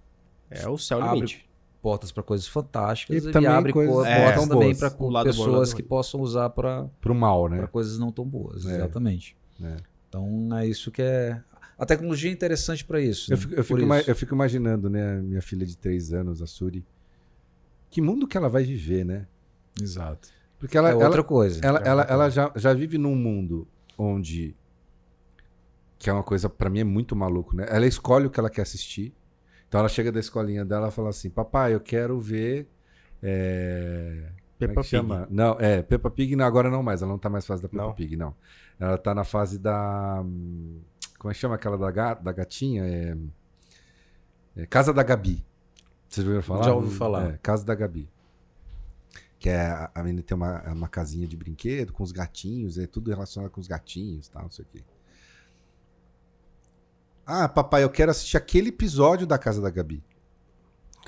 S3: É o céu
S2: Abre
S3: limite.
S2: portas para coisas fantásticas
S1: E
S2: e,
S1: também
S2: abre
S1: coisas
S2: co-
S1: não
S2: portas
S1: tão
S2: também
S1: boas.
S2: para
S3: O É, lado bom, o lado
S2: pessoas
S3: ruim.
S2: que possam usar para
S1: Pro mal, né?
S2: coisas não tão boas,
S1: É.
S2: exatamente.
S1: É.
S2: Então é isso que é. A tecnologia é interessante para isso.
S1: Eu
S2: né?
S1: fico, eu,
S2: Por
S1: fico ima-
S2: isso.
S1: eu fico imaginando, né? Minha filha de três anos, a Suri. Que mundo que ela vai viver, né?
S2: Exato.
S1: Porque ela,
S2: é
S1: ela,
S2: outra coisa.
S1: ela,
S3: É
S1: ela,
S3: outra
S1: ela já, já vive num mundo onde. Que é uma coisa, pra mim, é muito maluco, né? Ela escolhe o que ela quer assistir. Então ela chega da escolinha dela e fala assim: Papai, eu quero ver. É... como é que
S3: Peppa Pig.
S1: chama? Não, é, Peppa Pig não, agora não mais. Ela não tá mais fase da Peppa
S3: Não.
S1: Pig, não. Ela tá na fase da. hum, Como é que chama aquela da, ga- da gatinha? É... é Casa da Gabi. Vocês ouviram falar?
S2: Já ouvi falar.
S1: É, Casa da Gabi. Que é, a- a menina tem uma, uma casinha de brinquedo com os gatinhos, é tudo relacionado com os gatinhos, tal, não sei o quê. Ah, papai, eu quero assistir aquele episódio da Casa da Gabi.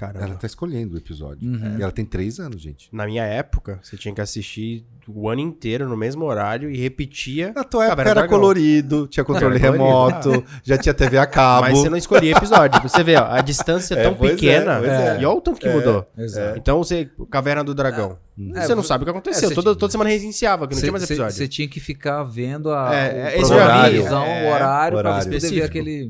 S1: Ela
S3: Caramba.
S1: tá escolhendo o episódio.
S2: Uhum.
S1: E ela tem três anos, gente.
S3: Na minha época, você tinha que assistir o ano inteiro no mesmo horário e repetia,
S1: Na tua época
S3: Caverna
S1: era
S3: do Dragão.
S1: colorido, tinha controle
S3: Era
S1: remoto,
S3: colorido.
S1: já tinha TV a cabo.
S3: mas você não escolhia episódio. Você vê, ó, a distância é
S1: É,
S3: tão
S1: pois é,
S3: pequena.
S1: pois é.
S3: E olha o tanto que mudou.
S2: Exato.
S3: Então você. Caverna do Dragão.
S2: É,
S3: você não
S2: vo-
S3: sabe o que aconteceu.
S2: é, você
S3: toda,
S2: tinha-
S3: toda semana reiniciava, que não tinha mais episódio.
S2: Você tinha que ficar vendo a,
S3: É,
S2: o
S3: esse
S1: eu já vi,
S2: programação,
S3: é,
S2: o horário, para
S1: horário
S2: você poder ver
S3: específico.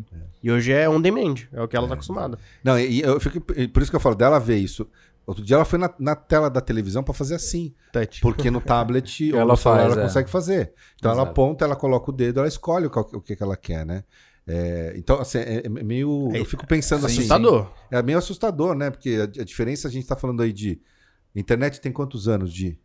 S2: aquele.
S3: E hoje é on demand. É o que ela tá acostumada.
S1: Não, e e eu fico. e Por isso que eu falo dela ver isso. Outro dia ela foi na, na tela da televisão pra fazer assim.
S3: Touch.
S1: Porque no tablet ou
S2: Ela
S1: no celular
S2: faz,
S1: ela
S2: é.
S1: consegue fazer. Então ela
S2: Exato.
S1: aponta, ela coloca o dedo, ela escolhe o que, o que que ela quer, né? É, então, assim, é é meio. Eu fico pensando assim.
S3: Assustador.
S1: É meio assustador, né? Porque a, a diferença a gente tá falando aí de. Internet tem quantos anos? De.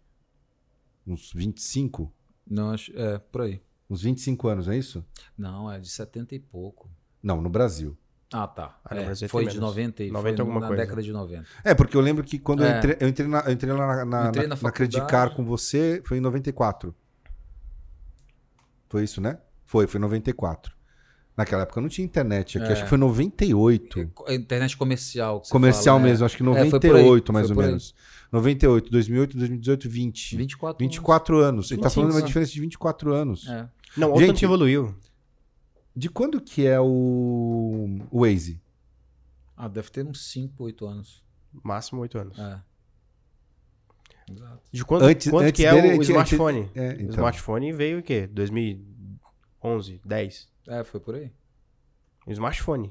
S1: Uns 25?
S2: Não, acho- é, por aí.
S1: Uns 25 anos, é isso?
S2: Não, é de 70 e pouco.
S1: Não, no Brasil.
S2: Ah, tá.
S3: Ah, no
S2: É,
S3: Brasil tem
S2: foi de
S3: menos.
S2: 90 e
S3: 90
S2: foi
S3: alguma
S2: na
S3: coisa.
S2: década de 90.
S1: É, porque eu lembro que quando eu
S2: É.
S1: entrei, eu entrei, na, eu entrei lá na, na,
S2: Entrei
S1: na,
S2: na
S1: na Credicar
S2: faculdade.
S1: com você, foi em 94. Foi isso, né? Foi, foi em 94. Naquela época não tinha internet aqui,
S2: É.
S1: acho que foi em 98.
S2: A internet comercial. que você
S1: Comercial
S2: fala, né?
S1: mesmo, acho que
S2: É, foi por aí,
S1: 98 mais
S2: foi
S1: ou
S2: por aí.
S1: menos. 98, 2008, 2018, 20.
S2: 24
S1: 24 anos. Ele tá
S2: 25,
S1: falando de uma
S2: né?
S1: diferença de 24 anos.
S2: É.
S3: Não, olha o tanto
S1: Gente-
S3: que evoluiu.
S1: De quando que é o, o Waze?
S2: Ah, deve ter uns 5, 8 anos.
S3: Máximo oito anos.
S2: É. Exato.
S3: De quanto,
S1: Antes-
S3: quanto
S1: antes
S3: que é
S1: dele,
S3: o
S1: antes-
S3: smartphone?
S1: É,
S3: O
S1: então.
S3: smartphone veio o quê? 2011, 10?
S2: É, foi por aí.
S3: O smartphone.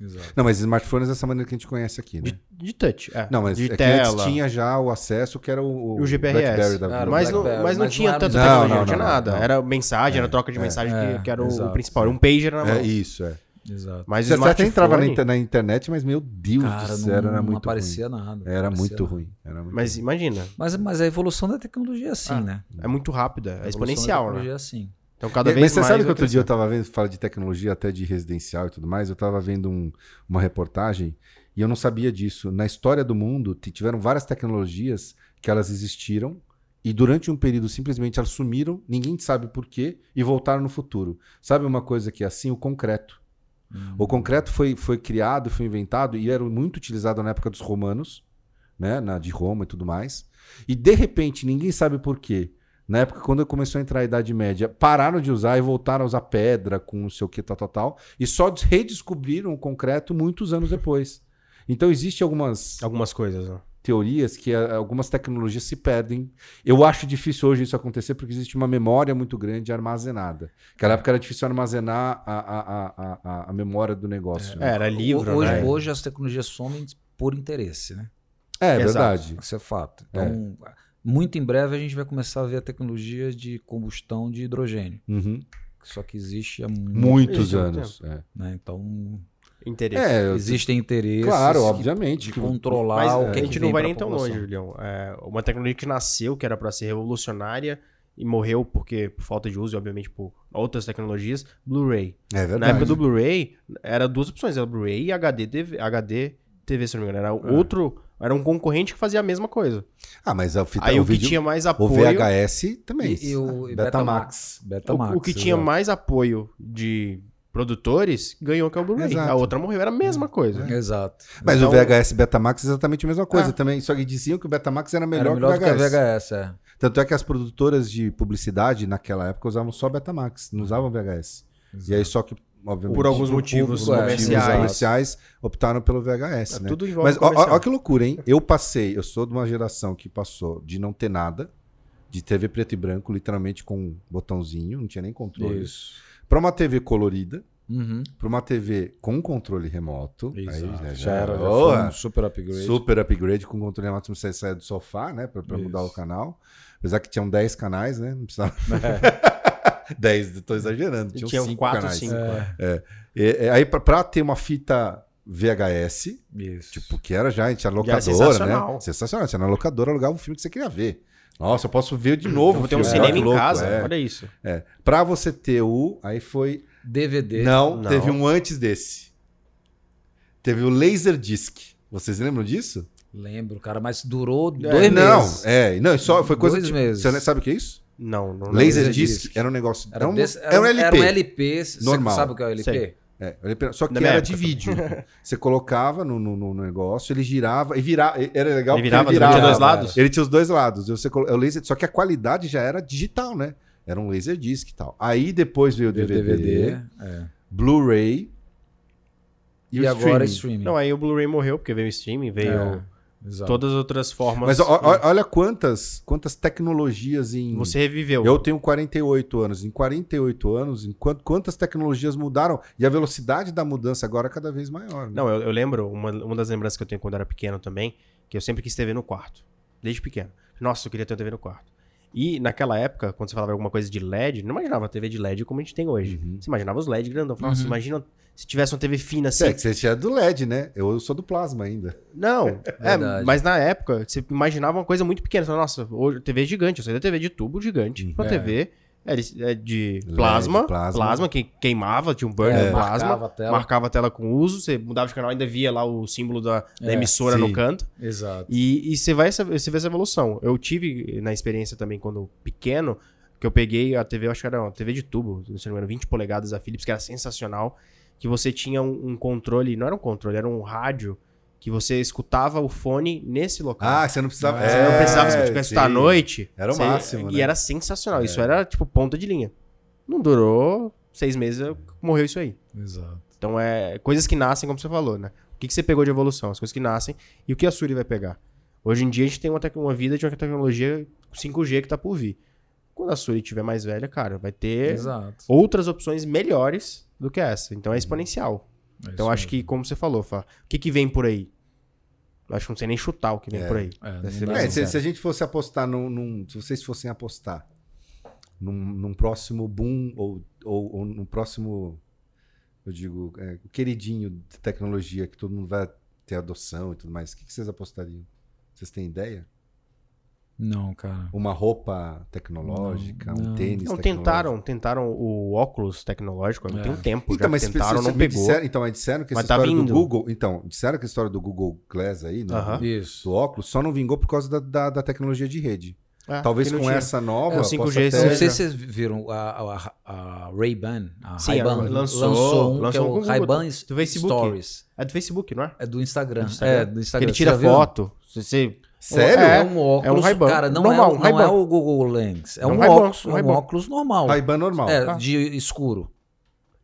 S2: Exato.
S1: Não, mas smartphones é essa maneira que a gente conhece aqui, né?
S3: De, de touch. é.
S1: Não, mas
S3: de
S1: é que antes
S3: tela.
S1: tinha já o acesso que era o,
S3: E o GPRS.
S1: BlackBerry da vida.
S2: Claro,
S3: Mas não,
S2: Blackberry,
S3: mas não
S2: mas
S3: tinha
S2: não era
S3: tanta
S1: mesmo. Não,
S3: tecnologia,
S1: não,
S3: não tinha
S1: não,
S3: nada.
S1: não.
S3: Era mensagem, era troca de
S1: é,
S3: mensagem
S2: é,
S3: que, que era o
S2: exato.
S3: principal. Era um pager na mão.
S1: É isso, é.
S2: Exato.
S3: Mas
S1: Você
S3: o
S1: até
S3: smartphone...
S1: entrava na, inter- na internet, mas meu Deus
S2: Cara,
S1: do
S2: não,
S1: céu, era
S2: não
S1: muito ruim.
S2: aparecia nada. não
S1: Era
S2: aparecia
S1: muito
S2: nada.
S1: ruim. Era muito
S3: Mas
S1: ruim.
S3: imagina,
S2: Mas, mas a evolução da tecnologia é assim,
S3: Ah,
S2: né?
S3: é muito rápida,
S2: A
S3: é
S2: evolução da
S3: exponencial,
S2: tecnologia
S3: né?
S2: é assim.
S3: Então cada vez
S1: mas você
S3: mais...
S1: sabe que
S3: vai
S1: outro dia eu
S3: crescendo.
S1: tava vendo, fala de tecnologia até de residencial e tudo mais, eu tava vendo um- uma reportagem E eu não sabia disso. Na história do mundo, t- tiveram várias tecnologias que elas existiram e durante um período simplesmente elas sumiram, ninguém sabe por quê, e voltaram no futuro. Sabe uma coisa que é assim? O concreto. O concreto foi, foi criado, foi inventado e era muito utilizado na época dos romanos, né, na, de Roma e tudo mais. E de repente, ninguém sabe por quê. Na época, quando começou a entrar a Idade Média, pararam de usar e voltaram a usar pedra com não sei o que, tal, tal, tal. E só des- redescobriram o concreto muitos anos depois. Então, existe algumas
S3: Algumas coisas, né?
S1: teorias que ah, algumas tecnologias se perdem. Eu acho difícil hoje isso acontecer porque existe uma memória muito grande armazenada. Naquela época era difícil armazenar a, a, a, a, a memória do negócio. né?
S3: É, era livro,
S2: hoje,
S3: né?
S2: hoje as tecnologias somem por interesse, né?
S1: É,
S3: Exato.
S1: verdade.
S2: Isso é fato. Então, muito em breve a gente vai começar a ver a tecnologia de combustão de hidrogênio,
S1: Uhum.
S2: que só que existe há muito,
S1: Muitos
S3: Existe há um
S1: anos. É,
S2: né? Então,
S3: Interesse.
S1: é eu-
S2: existem interesses
S1: claro,
S2: que-
S1: obviamente.
S2: de
S1: que-
S2: controlar
S3: Mas
S2: o
S3: é,
S2: que
S3: a
S2: é
S3: gente
S2: que
S3: não
S2: vem
S3: vai
S2: pra
S3: nem tão
S2: população.
S3: longe, Julião. É, uma tecnologia que nasceu, que era pra ser revolucionária e morreu porque por falta de uso, e obviamente por outras tecnologias, Blu-ray.
S1: É verdade.
S3: Na época do Blu-ray, era duas opções, era Blu-ray e HD TV, HD TV, se não me engano, era
S1: É.
S3: outro, era um concorrente que fazia a mesma coisa.
S1: Ah, mas a fita,
S3: Aí
S1: o,
S3: o que
S1: vídeo,
S3: tinha mais
S1: o
S3: apoio,
S1: VHS também.
S2: E, e o e
S1: Betamax.
S2: Betamax. é.
S3: o, o que tinha
S2: exato.
S3: mais apoio de produtores ganhou que é o Blu-ray.
S1: Exato. É.
S3: A outra morreu, era a mesma coisa.
S2: Exato.
S1: Mas
S3: Então-
S1: o VHS e Betamax é exatamente a mesma coisa
S3: Ah.
S1: também. Só que diziam que o Betamax era é melhor,
S2: Era melhor
S1: que o VHS.
S2: VHS, é.
S1: Tanto é que as produtoras de publicidade naquela época usavam só Betamax, não usavam VHS. E aí só que, obviamente,
S3: Por alguns
S1: o
S3: motivos
S1: público, é,
S2: comerciais.
S1: motivos comerciais optaram pelo VHS, né?
S3: É Tudo envolve
S1: Mas ó- ó,
S3: comercial.
S1: ó que loucura, hein? Eu passei, eu sou de uma geração que passou de não ter nada, de TV preto e branco, literalmente com um botãozinho, não tinha nem controle,
S2: Isso.
S1: para uma TV colorida,
S2: Uhum.
S1: para uma TV com um controle remoto.
S2: Exato.
S1: né,
S2: já era, já
S1: Boa!
S2: foi um super upgrade. (laughs)
S1: Super upgrade com controle remoto, não precisa sair do sofá, né? Pra, pra
S2: Isso.
S1: mudar o canal. Apesar que tinham 10 canais, né? Não precisava. (laughs) 10, tô exagerando. Tinham
S3: Tinha
S1: 5
S3: quatro,
S1: canais.
S3: cinco.
S2: É,
S1: É, é, aí, pra, pra ter uma fita VHS,
S2: isso.
S1: tipo, que era já, a gente tinha
S3: era
S1: locadora, né?
S3: é sensacional.
S1: Sensacional. Você ia na locadora alugava um filme que você queria ver. Nossa, eu posso ver de
S3: Eu
S1: novo.
S3: vou
S1: o
S3: ter
S1: filme,
S3: um cinema
S1: olha que
S3: em
S1: louco,
S3: casa,
S1: é.
S3: olha isso.
S1: Pra você ter o. Aí foi.
S2: DVD.
S1: Não,
S3: Não.
S1: teve um antes desse. Teve o Laserdisc. Vocês lembram disso?
S2: Lembro, cara, mas durou
S3: É,
S2: dois
S1: não,
S2: meses.
S1: é, não, só foi coisa
S2: Dois
S1: de
S2: meses.
S1: Você não sabe o que é isso?
S3: Não, não. é
S1: Laser
S2: Laserdisc.
S1: disc era um negócio, era, um,
S2: desse-
S1: era um LP.
S2: Era um LP. Você
S1: Normal.
S2: sabe o que é o LP?
S3: Sei.
S1: É, um LP, só que
S3: Na
S1: era
S3: minha
S1: de
S3: época.
S1: vídeo. (laughs) Você colocava no, no- no negócio, ele girava e virava, era legal porque
S3: Ele virava,
S1: ele
S3: ele
S1: virava.
S3: tinha dois lados.
S1: Ele tinha os dois lados. Você colo- é o laser, só que a qualidade já era digital, né? Era um laser disc e tal. Aí depois veio o DVD,
S2: é.
S1: Blu-ray
S2: E,
S1: o
S2: agora é
S1: streaming.
S2: streaming.
S3: Não, aí o Blu-ray morreu porque veio o streaming, veio
S2: É, exato.
S3: todas as outras formas.
S1: tá. Mas ó- ó- olha quantas quantas tecnologias em
S3: Você reviveu.
S1: Eu tenho 48 anos. Em 48 anos, em quan- quantas tecnologias mudaram? E a velocidade da mudança agora é cada vez maior. né?
S3: Não, eu, eu lembro, uma, uma das lembranças que eu tenho quando era pequeno também, que eu sempre quis TV no quarto. Desde pequeno. Nossa, eu queria ter uma TV no quarto. E naquela época, quando você falava alguma coisa de LED, não imaginava a TV de LED como a gente tem hoje.
S1: Uhum.
S3: Você imaginava os LED grandão. Falava, Nossa,
S2: Uhum.
S3: imagina se tivesse uma TV fina assim.
S1: É que você é do LED, né? Eu sou do plasma ainda.
S3: Não, é,
S2: Verdade.
S3: mas na época, você imaginava uma coisa muito pequena. Você falava, Nossa, hoje, TV gigante. Eu saí da TV de tubo gigante pra
S2: É.
S3: TV é de, é de
S1: LED,
S3: plasma,
S1: plasma.
S3: plasma. que queimava, tinha um
S2: É,
S3: burner plasma.
S2: marcava a tela.
S3: marcava a tela com uso, você mudava de canal, ainda via lá o símbolo da, da
S2: É,
S3: emissora
S1: sim.
S3: no canto.
S2: Exato.
S3: E, e você, vai, essa- você vê essa evolução. Eu tive na experiência também quando pequeno, que eu peguei a TV, eu acho que era uma TV de tubo, se não me engano, 20 polegadas da Philips, que era sensacional. Que você tinha um, um controle, não era um controle, era um rádio, que você escutava o fone nesse local.
S1: Ah, você não precisava. É,
S3: Você não precisava É, se tivesse estar à noite.
S1: Era o
S3: Você-
S1: máximo,
S3: E
S1: né?
S3: era sensacional. Isso era, tipo, ponta de linha. Não durou seis meses, morreu isso aí.
S2: Exato.
S3: Então é coisas que nascem, como você falou, né? O que, que você pegou de evolução? As coisas que nascem e o que a Suri vai pegar? Hoje em dia a gente tem uma, tec- uma vida de uma tecnologia 5G que tá por vir. Quando a Suri tiver mais velha, cara, vai
S2: É?
S3: ter
S2: Exato. Uhum.
S3: outras opções melhores do que essa. Então é exponencial.
S2: É
S3: então
S2: isso
S3: acho que,
S2: mesmo.
S3: como você falou, Fá, o que, que vem por aí? Eu acho que não sei nem chutar o que vem
S1: É.
S3: por aí.
S2: É, não
S3: Deve ser
S2: dá,
S3: mais
S1: É,
S2: não.
S1: se, se a gente fosse apostar num, num- Se vocês fossem apostar num, num próximo boom ou, ou, ou num próximo. Eu digo, é, queridinho de tecnologia que todo mundo vai ter adoção e tudo mais, o que, que vocês apostariam? Vocês têm ideia?
S2: Não, cara.
S1: Uma roupa tecnológica,
S2: Não,
S1: um
S2: não.
S1: tênis
S3: Não,
S1: tecnológico.
S3: tentaram, tentaram o óculos tecnológico,
S2: É.
S3: tem um tempo
S1: Então,
S3: já
S1: mas
S3: tentaram,
S1: vocês-
S3: não
S1: me
S3: pegou.
S1: Disseram, então, mas disseram que
S3: Mas
S1: essa
S3: tá
S1: história do
S3: vindo.
S1: Google. Então, disseram que a história do Google Glass aí, do,
S3: Aham.
S1: do
S2: Isso.
S1: óculos, só não vingou por causa da, da, da tecnologia de rede.
S3: Ah,
S1: Talvez
S3: que não
S1: com
S3: tinha.
S1: essa nova.
S3: É, o
S1: possa
S3: 5G
S1: até-
S2: Não sei
S3: seja.
S2: se vocês viram a, a- a Ray-Ban. A
S3: Sim,
S2: Ray-Ban
S3: ela lançou-
S2: um
S3: lançou um
S2: que é
S3: com
S2: o
S3: o
S2: Ray-Ban
S3: do Facebook.
S2: Stories.
S3: É do Facebook, não é?
S2: É do Instagram.
S3: Do Instagram.
S2: É, do
S3: Que
S2: Instagram.
S3: ele
S2: Você
S3: tira
S2: já viu?
S3: foto. Você, você-
S1: Sério?
S2: É,
S3: É,
S2: um óculos.
S3: Ray-Ban.
S2: Cara, não,
S3: Normal,
S2: é, o- não
S3: Ray-Ban.
S2: é o Google Lens. É,
S3: É um
S2: um,
S3: Ray-Ban,
S2: óculos,
S3: um
S2: um
S3: Ray-Ban.
S2: óculos normal.
S1: Ray-Ban normal.
S2: É,
S3: Ah.
S2: de escuro.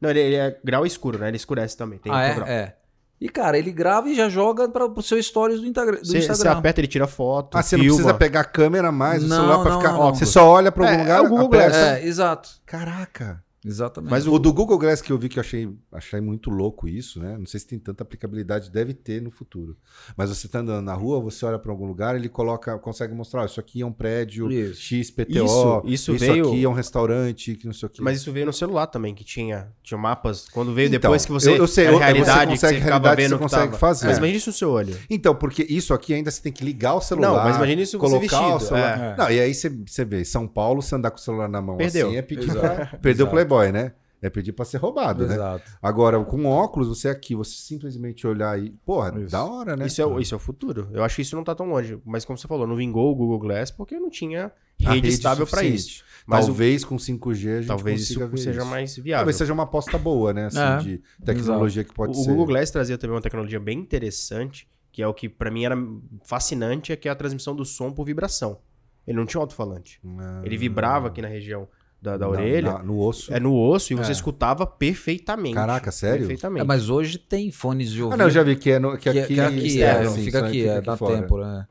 S3: Não, ele, ele é grau escuro, né? Ele escurece também. Tem
S2: ah,
S3: outro
S2: é?
S3: grau.
S2: É. E, cara, ele grava e já joga para pro seu stories do, Integra- do
S3: Você, você
S2: Instagram.
S3: aperta, ele tira foto,
S1: Ah, você não
S3: filma.
S1: precisa pegar a câmera mais, o
S2: Não,
S1: celular pra
S2: não,
S1: ficar.
S2: não, não.
S1: Você só olha pra algum
S3: É,
S1: lugar.
S3: é o Google
S1: aperta.
S3: Glass.
S2: É, exato.
S1: Caraca.
S2: Exatamente.
S1: Mas o do Google Glass que eu vi que eu achei, achei muito louco isso, né? Não sei se tem tanta aplicabilidade, deve ter no futuro. Mas você tá andando na rua, você olha pra algum lugar, ele coloca, consegue mostrar, ó, isso aqui é um prédio
S2: Isso.
S1: XPTO,
S3: Isso,
S1: isso,
S3: isso veio-
S1: aqui é um restaurante, que não sei o quê.
S3: Mas isso veio no celular também, que tinha, tinha mapas. Quando veio
S1: Então,
S3: depois que você.
S1: eu- eu sei,
S3: era
S1: eu- você
S3: realidade, que
S1: consegue
S3: você ficava
S1: realidade,
S3: vendo
S1: você
S3: o que
S1: consegue
S3: tava.
S1: fazer.
S3: Mas imagina isso no seu olho.
S1: Então, porque isso aqui ainda você tem que ligar o celular.
S3: Não, mas imagina isso você
S1: colocar
S3: vestido,
S1: o celular. né?
S2: é.
S1: Não, e aí você, você vê, São Paulo, se andar com o celular na mão
S3: Perdeu.
S1: assim, é pedir
S2: Exato.
S1: pra, perdeu o
S2: Exato.
S1: Playboy, né? É pedir pra ser roubado, né?
S2: Exato.
S1: Agora, com óculos, você é aqui, você simplesmente olhar e. Porra,
S2: Isso.
S1: da hora, né?
S3: Isso é, o- isso é o futuro. Eu acho que isso não tá tão longe. Mas como você falou, não vingou o Google Glass porque não tinha
S1: A
S3: rede, estável pra
S1: suficiente.
S3: isso. Mas o-
S1: talvez com 5G a gente
S3: talvez isso
S1: consiga ver
S3: seja
S1: isso.
S3: mais viável.
S1: Talvez seja uma aposta boa, né? Assim,
S2: É.
S1: de tecnologia que pode
S3: o
S1: ser.
S3: Google Glass trazia também uma tecnologia bem interessante, que é o que pra mim era fascinante, é que é a transmissão do som por vibração. Ele não tinha alto-falante.
S1: Ah,
S3: Ele vibrava aqui na região da, da
S1: na-
S3: orelha,
S1: na- no osso.
S3: é no osso, e
S2: É.
S3: você escutava perfeitamente.
S1: Caraca, sério?
S3: Perfeitamente.
S2: É, mas hoje tem fones de ouvido.
S1: Ah, não, eu já vi que é, no, que
S2: Que, que,
S1: aqui,
S2: que aqui,
S1: externo,
S2: é,
S1: assim,
S2: fica
S1: só
S2: aqui, é, dá
S1: fora.
S2: tempo, né?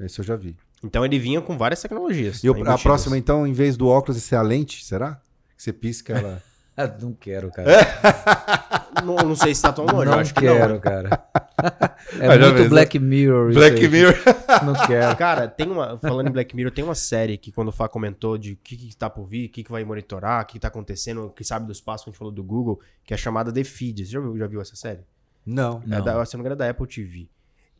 S1: Esse eu já vi.
S3: Então ele vinha com várias tecnologias. Tá
S1: E o- a
S3: embutidas.
S1: próxima, então, em vez do óculos, isso é a lente, será? Que você pisca
S3: (laughs)
S1: ela.
S2: Ah, Não quero,
S1: É,
S2: cara.
S3: Não, não sei se tá tão longe,
S2: não
S3: eu acho que
S1: (laughs)
S2: quero, cara.
S1: Ah,
S2: É
S1: já
S2: muito
S1: fez,
S2: Black Mirror. isso aí.
S1: Mirror.
S2: Não
S1: (laughs)
S2: quero.
S3: Cara, tem uma. Falando em Black Mirror, tem uma série que quando o Fá comentou de o que, que tá por vir, o que, que vai monitorar, o que, que tá acontecendo, o que sabe dos passos que a gente falou do Google, que é chamada The Feed. Você já viu, já viu essa série?
S1: Não.
S3: É
S2: Não.
S3: da, se não me engano, é da Apple TV.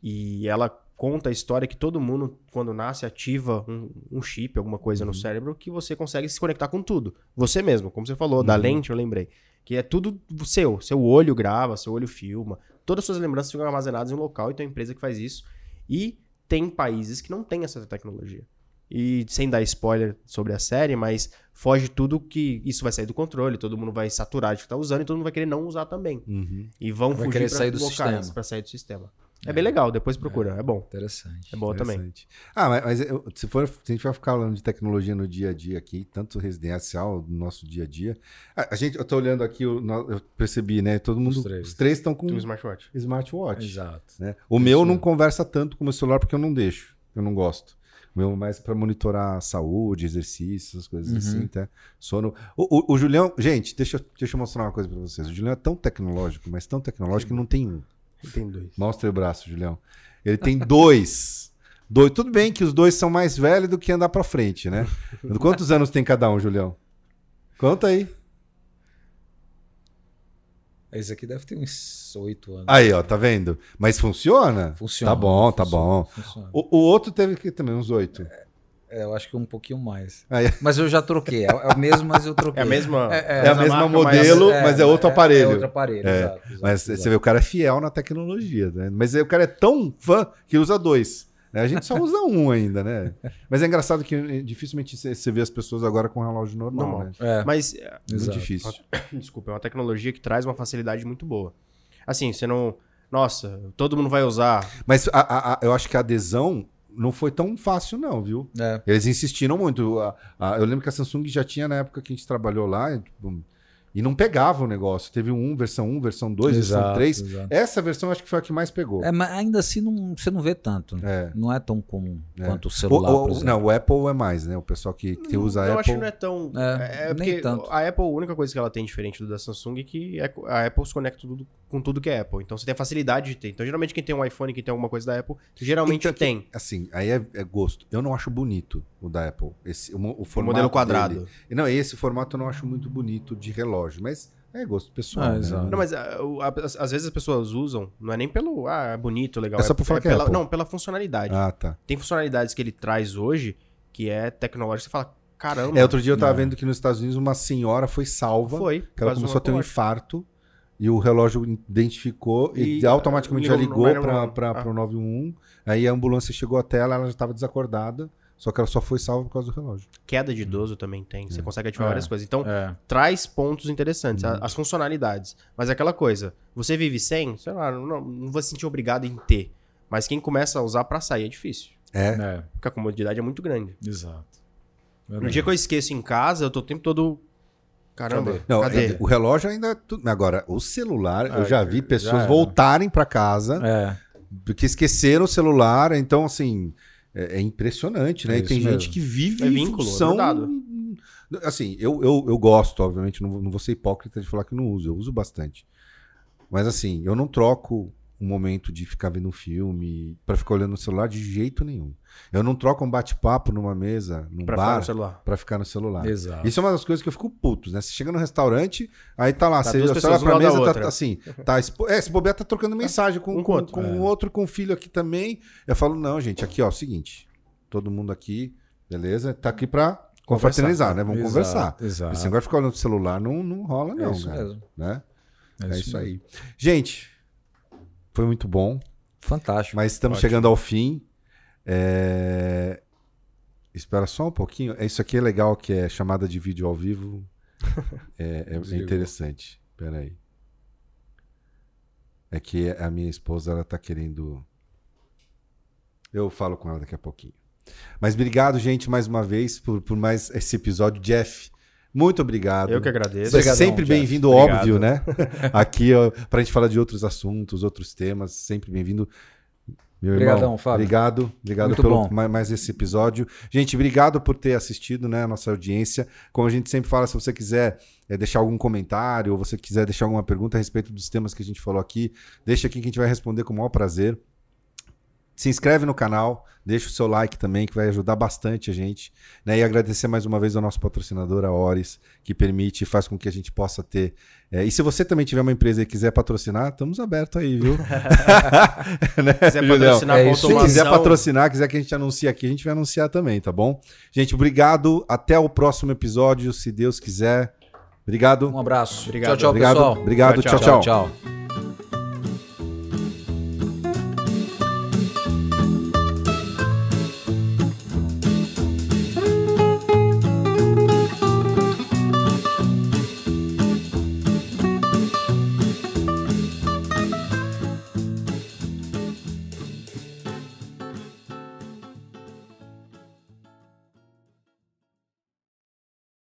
S3: E ela conta a história que todo mundo, quando nasce, ativa um, um chip, alguma coisa no cérebro, que você consegue se conectar com tudo. Você mesmo, como você falou, da
S1: Uhum.
S3: lente, eu lembrei. Que é tudo seu. Seu olho grava, seu olho filma. Todas as suas lembranças ficam armazenadas em um local e tem uma empresa que faz isso. E tem países que não têm essa tecnologia. E sem dar spoiler sobre a série, mas foge tudo que isso vai sair do controle, todo mundo vai saturar de que tá usando e todo mundo vai querer não usar também.
S1: Uhum.
S3: E vão
S2: Vai
S3: fugir
S2: querer
S3: pra
S2: sair do
S3: locais,
S2: sistema.
S3: pra sair do sistema. É, bem legal, depois procura. É, bom.
S2: Interessante.
S3: É bom também.
S1: Interessante. Ah, mas, mas eu- se, for, se a gente vai ficar falando de tecnologia no dia a dia aqui, tanto residencial, no nosso dia a dia. A, a gente, eu tô olhando aqui, o no- eu, percebi, né? Todo mundo.
S2: três.
S1: Os três estão com
S3: Tem um smartwatch.
S1: smartwatch.
S2: Exato.
S1: né? O meu
S2: Isso
S1: não
S2: mesmo.
S1: conversa tanto com o meu celular porque eu não deixo. Eu não gosto. O meu é mais pra monitorar a saúde, exercícios, essas coisas
S2: Uhum.
S1: assim, tá? Sono. O, o- o Julião, gente, deixa, eu- deixa eu mostrar uma coisa pra vocês. O Julião é tão tecnológico, mas tão tecnológico que não tem um.
S3: Tem dois.
S1: Mostra aí o braço, Julião. Ele tem (laughs) dois. dois. Tudo bem que os dois são mais velhos do que andar pra frente,
S2: (laughs)
S1: né? Quantos anos tem cada um, Julião? Conta aí.
S2: Esse aqui deve ter uns oito anos.
S1: Aí, ó, tá vendo? Mas funciona?
S2: Funciona.
S1: Tá bom, tá
S2: funciona,
S1: bom.
S2: funciona.
S1: O, o outro teve que também uns oito.
S2: É, eu acho que um pouquinho mais.
S1: Aí.
S2: Mas eu já troquei. É, é o mesmo, mas eu troquei.
S3: É a mesma.
S1: É a mesma modelo, mas é outro aparelho.
S2: É outro aparelho, exato. exato,
S1: Mas você
S2: exato.
S1: vê, o cara é fiel na tecnologia, né? Mas aí o cara é tão fã que usa dois. né? A gente só
S2: (laughs)
S1: usa um ainda, né? Mas é engraçado que eh, dificilmente você você vê as pessoas agora com relógio normal,
S3: Normal.
S1: né?
S2: É,
S3: Mas, é,
S1: Muito
S2: exato.
S1: difícil.
S3: desculpa, é uma tecnologia que traz uma facilidade muito boa. Assim, você não. Nossa, todo mundo vai usar.
S1: Mas a- a- a- eu acho que a adesão não foi tão fácil, não, viu?
S2: É.
S1: Eles insistiram muito. A- a- eu lembro que a Samsung já tinha na época que a gente trabalhou lá e, tipo, e não pegava o negócio. Teve um 1, versão 1, versão 2, versão
S2: Exato,
S1: 3.
S2: exato.
S1: Essa versão acho que foi a que mais pegou.
S2: É, mas ainda assim não, você não vê tanto.
S1: É.
S2: Não é tão comum
S1: É.
S2: quanto o
S1: O,
S2: celular,
S1: o-
S2: por exemplo.
S1: não, o Apple é mais, né? O pessoal que, que usa Apple.
S3: eu acho que não é tão.
S2: É,
S3: É,
S2: nem
S3: porque
S2: tanto.
S3: a Apple, a única coisa que ela tem diferente do da Samsung é que é co- a Apple se conecta tudo- com tudo que é Apple. Então você tem a facilidade de ter. Então, geralmente, quem tem um iPhone, quem tem alguma coisa da Apple, geralmente
S1: Então, que-
S3: tem.
S1: Assim, aí é, é gosto. Eu não acho bonito o da Apple. Esse, o, mo- o
S3: O
S1: formato
S3: modelo
S1: dele.
S3: quadrado.
S1: Não, esse formato eu não acho muito bonito de relógio, mas É gosto pessoal.
S2: Ah,
S1: né?
S2: exato.
S3: Não, mas ah, o- a- as- às vezes as pessoas usam, não é nem pelo, ah, é bonito, legal.
S1: É só pra falar que é
S3: pela,
S1: Apple.
S3: Não, pela funcionalidade.
S1: Ah, tá.
S3: Tem funcionalidades que ele traz hoje que é tecnológica, você fala, caramba.
S1: É, outro dia eu tava
S2: É.
S1: vendo que nos Estados Unidos uma senhora foi salva.
S3: foi.
S1: que ela
S3: quase
S1: começou a ter um
S3: Apple
S1: infarto e o relógio identificou e,
S3: E,
S1: automaticamente já
S3: ligou no
S1: ligou
S3: 911.
S1: para
S3: Ah.
S1: o 911. Aí a ambulância chegou até ela, ela já estava desacordada, só que ela só foi salva por causa do relógio.
S3: Watch. Queda
S1: Uhum.
S3: de idoso também tem, você consegue ativar
S2: É.
S3: várias coisas. Então,
S2: É.
S3: traz pontos interessantes,
S1: Uhum.
S3: a- as funcionalidades. Mas é aquela coisa, você vive sem, sei lá, não, não vou se sentir obrigado em ter. Mas quem começa a usar pra sair é difícil.
S1: É,
S2: É,
S3: Porque a comodidade é muito grande.
S2: exato.
S1: Um
S3: No dia que eu esqueço em casa, eu tô o tempo todo. Caramba,
S2: Cadê?
S3: cadê?
S1: não, é, o relógio ainda. é tudo- Agora, o celular, eu
S2: Ah,
S1: já vi
S2: já
S1: pessoas
S2: era.
S1: voltarem para casa
S2: É,
S1: porque esqueceram o celular. Então, assim, é, é impressionante, né?
S2: É
S1: e tem
S2: isso
S1: gente
S2: mesmo.
S1: que vive
S3: É
S1: em
S3: vínculo, é
S1: função-
S3: verdade.
S1: Assim, eu, eu, eu gosto, obviamente, não, vou- não vou ser hipócrita de falar que não uso, eu uso bastante. Mas assim, eu não troco um momento de ficar vendo um filme pra ficar olhando no celular de jeito nenhum. Eu não troco um bate-papo numa mesa, num
S3: Pra falar
S1: bar,
S3: no celular.
S1: pra ficar no celular.
S2: exato.
S1: Isso é uma das coisas que eu fico puto, né? Você chega no restaurante, aí tá lá,
S3: Tá
S1: você,
S3: duas
S1: você olha
S3: pessoas,
S1: pra
S3: uma da
S1: mesa, tá,
S3: outra.
S1: tá assim, tá, expo- é, esse bobear tá trocando mensagem com,
S3: Um com
S1: com,
S3: outro.
S1: com
S2: É.
S1: o outro, com o filho aqui também. Eu falo, não, gente, aqui, ó, é o seguinte, todo mundo aqui, beleza? Tá aqui pra confraternizar, né? Vamos
S2: Exato,
S1: conversar.
S2: Exato.
S1: Esse negócio de ficar olhando pro celular não, não rola, não,
S2: é isso
S1: cara.
S2: mesmo.
S1: Né? É, isso, aí. Gente, foi muito bom,
S2: Fantástico.
S1: mas estamos
S3: Ótimo.
S1: chegando ao fim. É, Espera só um pouquinho. É, Isso aqui é legal, que é chamada de vídeo ao
S3: (laughs)
S1: vivo. É, é- é
S2: Desligou.
S1: interessante. Espera aí. É que a minha esposa, ela tá querendo... Eu falo com ela daqui a pouquinho. Mas obrigado, gente, mais uma vez, por, por mais esse episódio. Jeff, muito obrigado.
S3: Eu que agradeço.
S1: Você é
S2: Obrigadão,
S1: sempre
S2: Jeff.
S1: bem-vindo,
S3: Obrigado.
S1: óbvio, né? (laughs) Aqui, ó, pra gente falar de outros assuntos, outros temas, sempre bem-vindo. Meu irmão,
S2: Obrigadão, Fábio.
S1: Obrigado, obrigado
S2: Muito
S1: pelo
S2: bom.
S1: ma- mais esse episódio. Gente, obrigado por ter assistido, né, a nossa audiência. Como a gente sempre fala, se você quiser eh, deixar algum comentário ou você quiser deixar alguma pergunta a respeito dos temas que a gente falou aqui, deixa aqui que a gente vai responder com o maior prazer. Se inscreve no canal, deixa o seu like também, que vai ajudar bastante a gente. Né? E agradecer mais uma vez ao nosso patrocinador, a Oris, que permite e faz com que a gente possa ter. eh, e se você também tiver uma empresa e quiser patrocinar, estamos abertos aí,
S3: (laughs)
S1: viu? Né,
S3: Se quiser
S1: Julião?
S3: patrocinar
S2: É
S3: com
S2: isso.
S1: Se
S3: automação,
S1: quiser patrocinar, quiser que a gente anuncie aqui, a gente vai anunciar também, tá bom? Gente, obrigado. Até o próximo episódio, se Deus quiser. Obrigado.
S2: Um abraço.
S3: Obrigado.
S2: Tchau, tchau,
S1: obrigado.
S2: pessoal.
S1: Obrigado.
S3: Tchau,
S1: tchau.
S2: tchau.